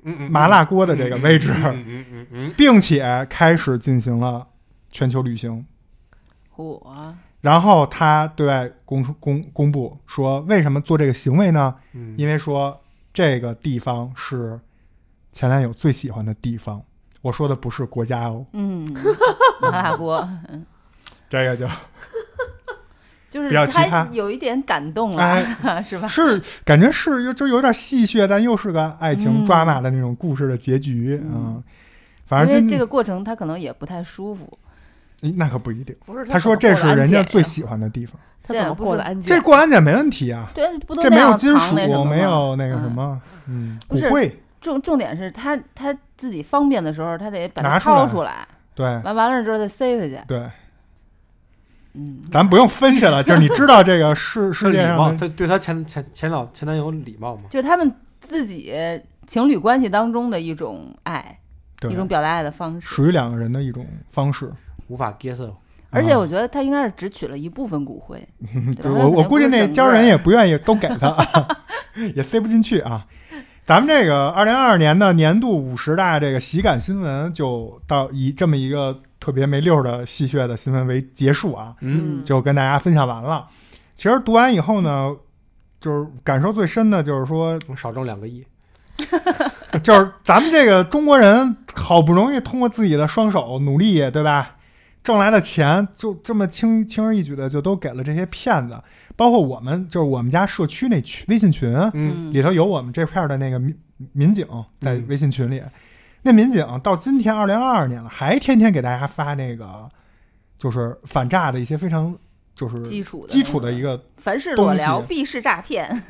嗯嗯，
麻辣锅的这个位置。
嗯嗯嗯嗯，
并且开始进行了全球旅行。
我
然后他对外公出公公布说，为什么做这个行为呢？
嗯
因为说这个地方是前男友最喜欢的地方。我说的不是国家哦，
嗯，麻 辣锅，嗯
这个就
就是
比较奇
他
葩
有一点感动啊了，
哎
嗯 是吧？
是感觉是就就有点戏谑，但又是个爱情
嗯
抓马的那种故事的结局
嗯
嗯。反
因
正
为
今
这个过程他可能也不太舒服，
咦那可不一定。
不是
他说这是人
啊
家最喜欢的地方，
他怎么过的安检？
这过安检没问题啊，
对，不都
这
那
没有
样
金
藏
属
那什么，吗
没有那个什
嗯
么，嗯，
不
骨
是
灰。
重重点是他他自己方便的时候，他得把
拿
它
出来
掏出来，
对
完完了之后再塞回去。
对，
嗯，
咱不用分析了，就是你知道这个 世世
礼
界
貌，
上的
他对他前前前老前男友礼貌吗？
就是他们自己情侣关系当中的一种爱，一
对，
种表达爱的方式。
属于两个人的一种方式。
无法 get 受，
而且
啊
我觉得他应该是只取了一部分 骨灰，对吧
对
他
我
肯定
我估计
不是
那
整个
家人也不愿意都给他， 也塞不进去啊。咱们这个二零二二年的年度五十大这个喜感新闻，就到以这么一个特别没溜儿的戏谑的新闻为结束啊。
嗯，
就跟大家分享完了。其实读完以后呢，就是感受最深的就是说，
我少挣两个亿，
就是咱们这个中国人好不容易通过自己的双手努力，对吧？挣来的钱就这么轻轻而易举的就都给了这些骗子，包括我们就是我们家社区那群微信群
嗯，
里头有我们这片儿的那个民民警在
嗯
微信群里，那民警到今天二零二二年了，还天天给大家发那个就是反诈的一些非常就是
基础的
基础的一
个，
个
凡事
东
裸
西
聊必是诈骗。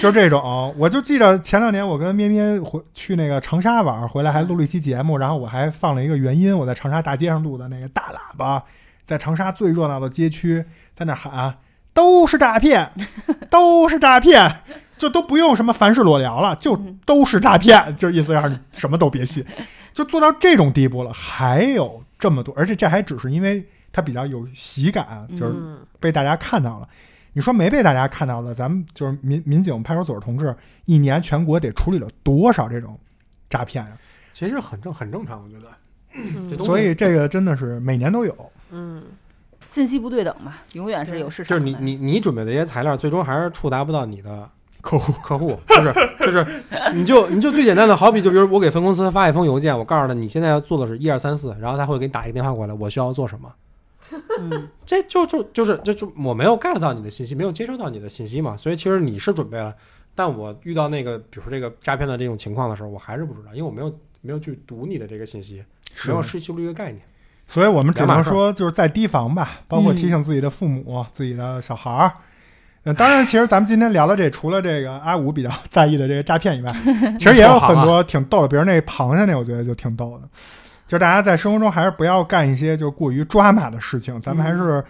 就这种，我就记着前两年我跟咩咩回去那个长沙玩儿，回来还录了一期节目，然后我还放了一个原因，我在长沙大街上录的那个大喇叭，在长沙最热闹的街区，在那喊啊都是诈骗，都是诈骗，就都不用什么凡事裸聊了，就
嗯
都是诈骗，就意思让你什么都别信，就做到这种地步了，还有这么多，而且这还只是因为它比较有喜感，就是
嗯
被大家看到了。你说没被大家看到的，咱们就是民民警派出所同志，一年全国得处理了多少这种诈骗呀、
其实很正很正常，我觉得。这东西
所以这个真的是每年都有。
嗯，
信息不对等嘛，永远是有市
就
场
是
的。
你你你准备的这些材料，最终还是触达不到你的
客户
客户，就是 就是，你就你就最简单的，好比就比如我给分公司发一封邮件，我告诉他你现在要做的是一二三四，然后他会给你打一个电话过来，我需要做什么，
嗯，
这就就就是就就我没有 get 到你的信息，没有接收到你的信息嘛，所以其实你是准备了，但我遇到那个比如说这个诈骗的这种情况的时候，我还是不知道，因为我没有没有去读你的这个信息，
是
没有失去了一个概念。
所以我们只
两码
能
事儿
说就是在提防吧，包括提醒自己的父母、自己的小孩儿。呃，当然，其实咱们今天聊的这，除了这个阿五比较在意的这个诈 骗以外，其实也有
啊
很多挺逗的，比如那螃蟹那，我觉得就挺逗的。就是大家在生活中还是不要干一些就是过于抓马的事情，咱们还
嗯
是、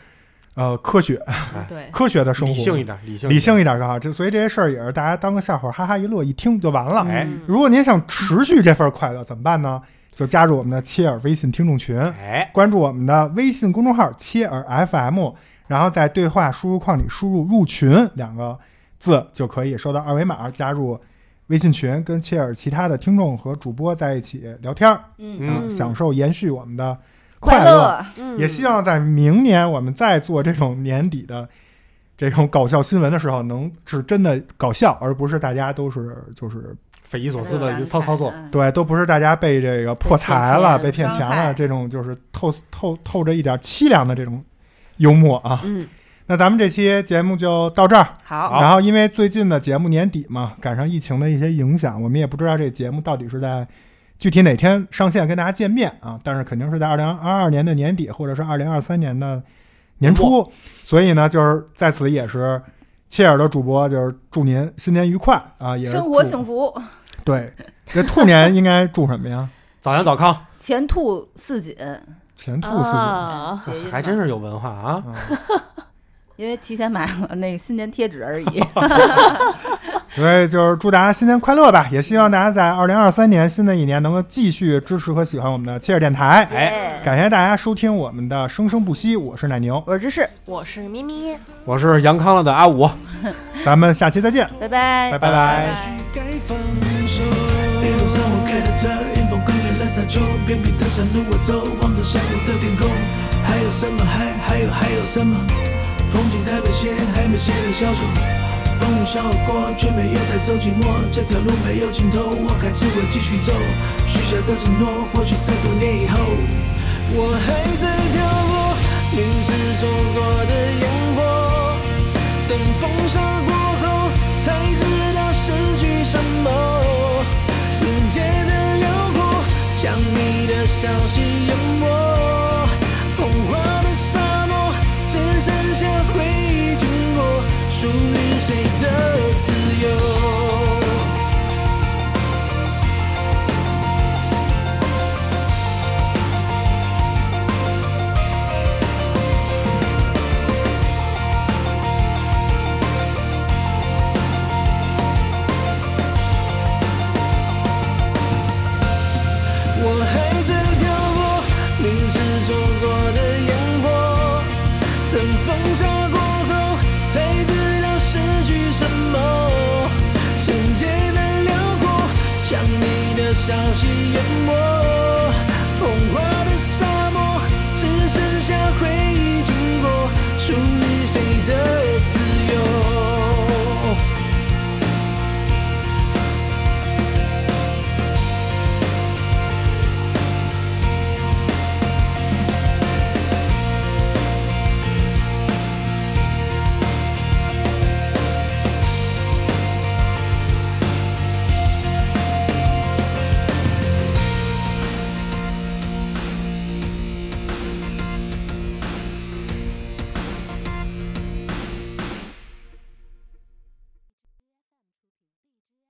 呃科学
哎
对，
科学的生活，
理性一点，理性
理
性
性一点更好。这所以这些事儿也是大家当个笑话，哈哈一乐，一听就完了。
哎
如果您想持续这份快乐，怎么办呢？就加入我们的切尔微信听众群，
哎，
关注我们的微信公众号“切尔 FM”，然后在对话输入框里输入“入群”两个字，就可以收到二维码，加入微信群，跟切尔其他的听众和主播在一起聊天儿，
嗯，
嗯
啊，享受延续我们的
快
乐。
乐，
嗯
也希望在明年我们再做这种年底的 这种搞笑新闻的时候，能是真的搞笑，而不是大家都是就是
匪夷所思的一操操作。
嗯，
对，都不是大家被这个破财了、被
被
骗
骗钱
钱
伤
了
害
这种，就是透透透着一点凄凉的这种幽默啊。
嗯，
那咱们这期节目就到这儿。
好，
然后，因为最近的节目年底嘛，赶上疫情的一些影响，我们也不知道这节目到底是在具体哪天上线跟大家见面啊。但是肯定是在二零二二年的年底，或者是二零二三年的年初。所以呢，就是在此也是切尔的主播，就是祝您新年愉快啊，也是
生活
祝
幸福，
对。这兔年应该祝什么呀？
早阳早康，
前兔似锦，
前兔似锦。
啊，
谐音
哎还
嘛
真是有文化啊！
啊
因为提前买了那个新年贴纸而已。
所以就是祝大家新年快乐吧，也希望大家在二零二三年新的一年能够继续支持和喜欢我们的切尔电台。
哎，
感谢大家收听我们的生生不息，我是奶牛，
我是芝士，
我是咪咪，
我是杨康了的阿五，
咱们下期再见，
拜拜
拜拜
拜。
该放手。一路上我开着车，迎风狂野了沙丘，偏僻的山路我走，望着峡谷的天空，还有什么？还还有还有什么？风景太美些，还没写成小说。风雨笑我过，却没有带走寂寞。这条路没有尽头，我还是会继续走。许下的承诺，或许在多年以后，我还在漂泊，凝视走过的烟火。等风沙过后，才知道失去什么。时间的辽阔，将你的消息淹没。红花的沙漠，只剩下回忆经过，属于谁的自由？我还在漂泊，凝视走过的烟火。等风沙过后，才知道失去什么。世界的辽阔，将你的消息淹没。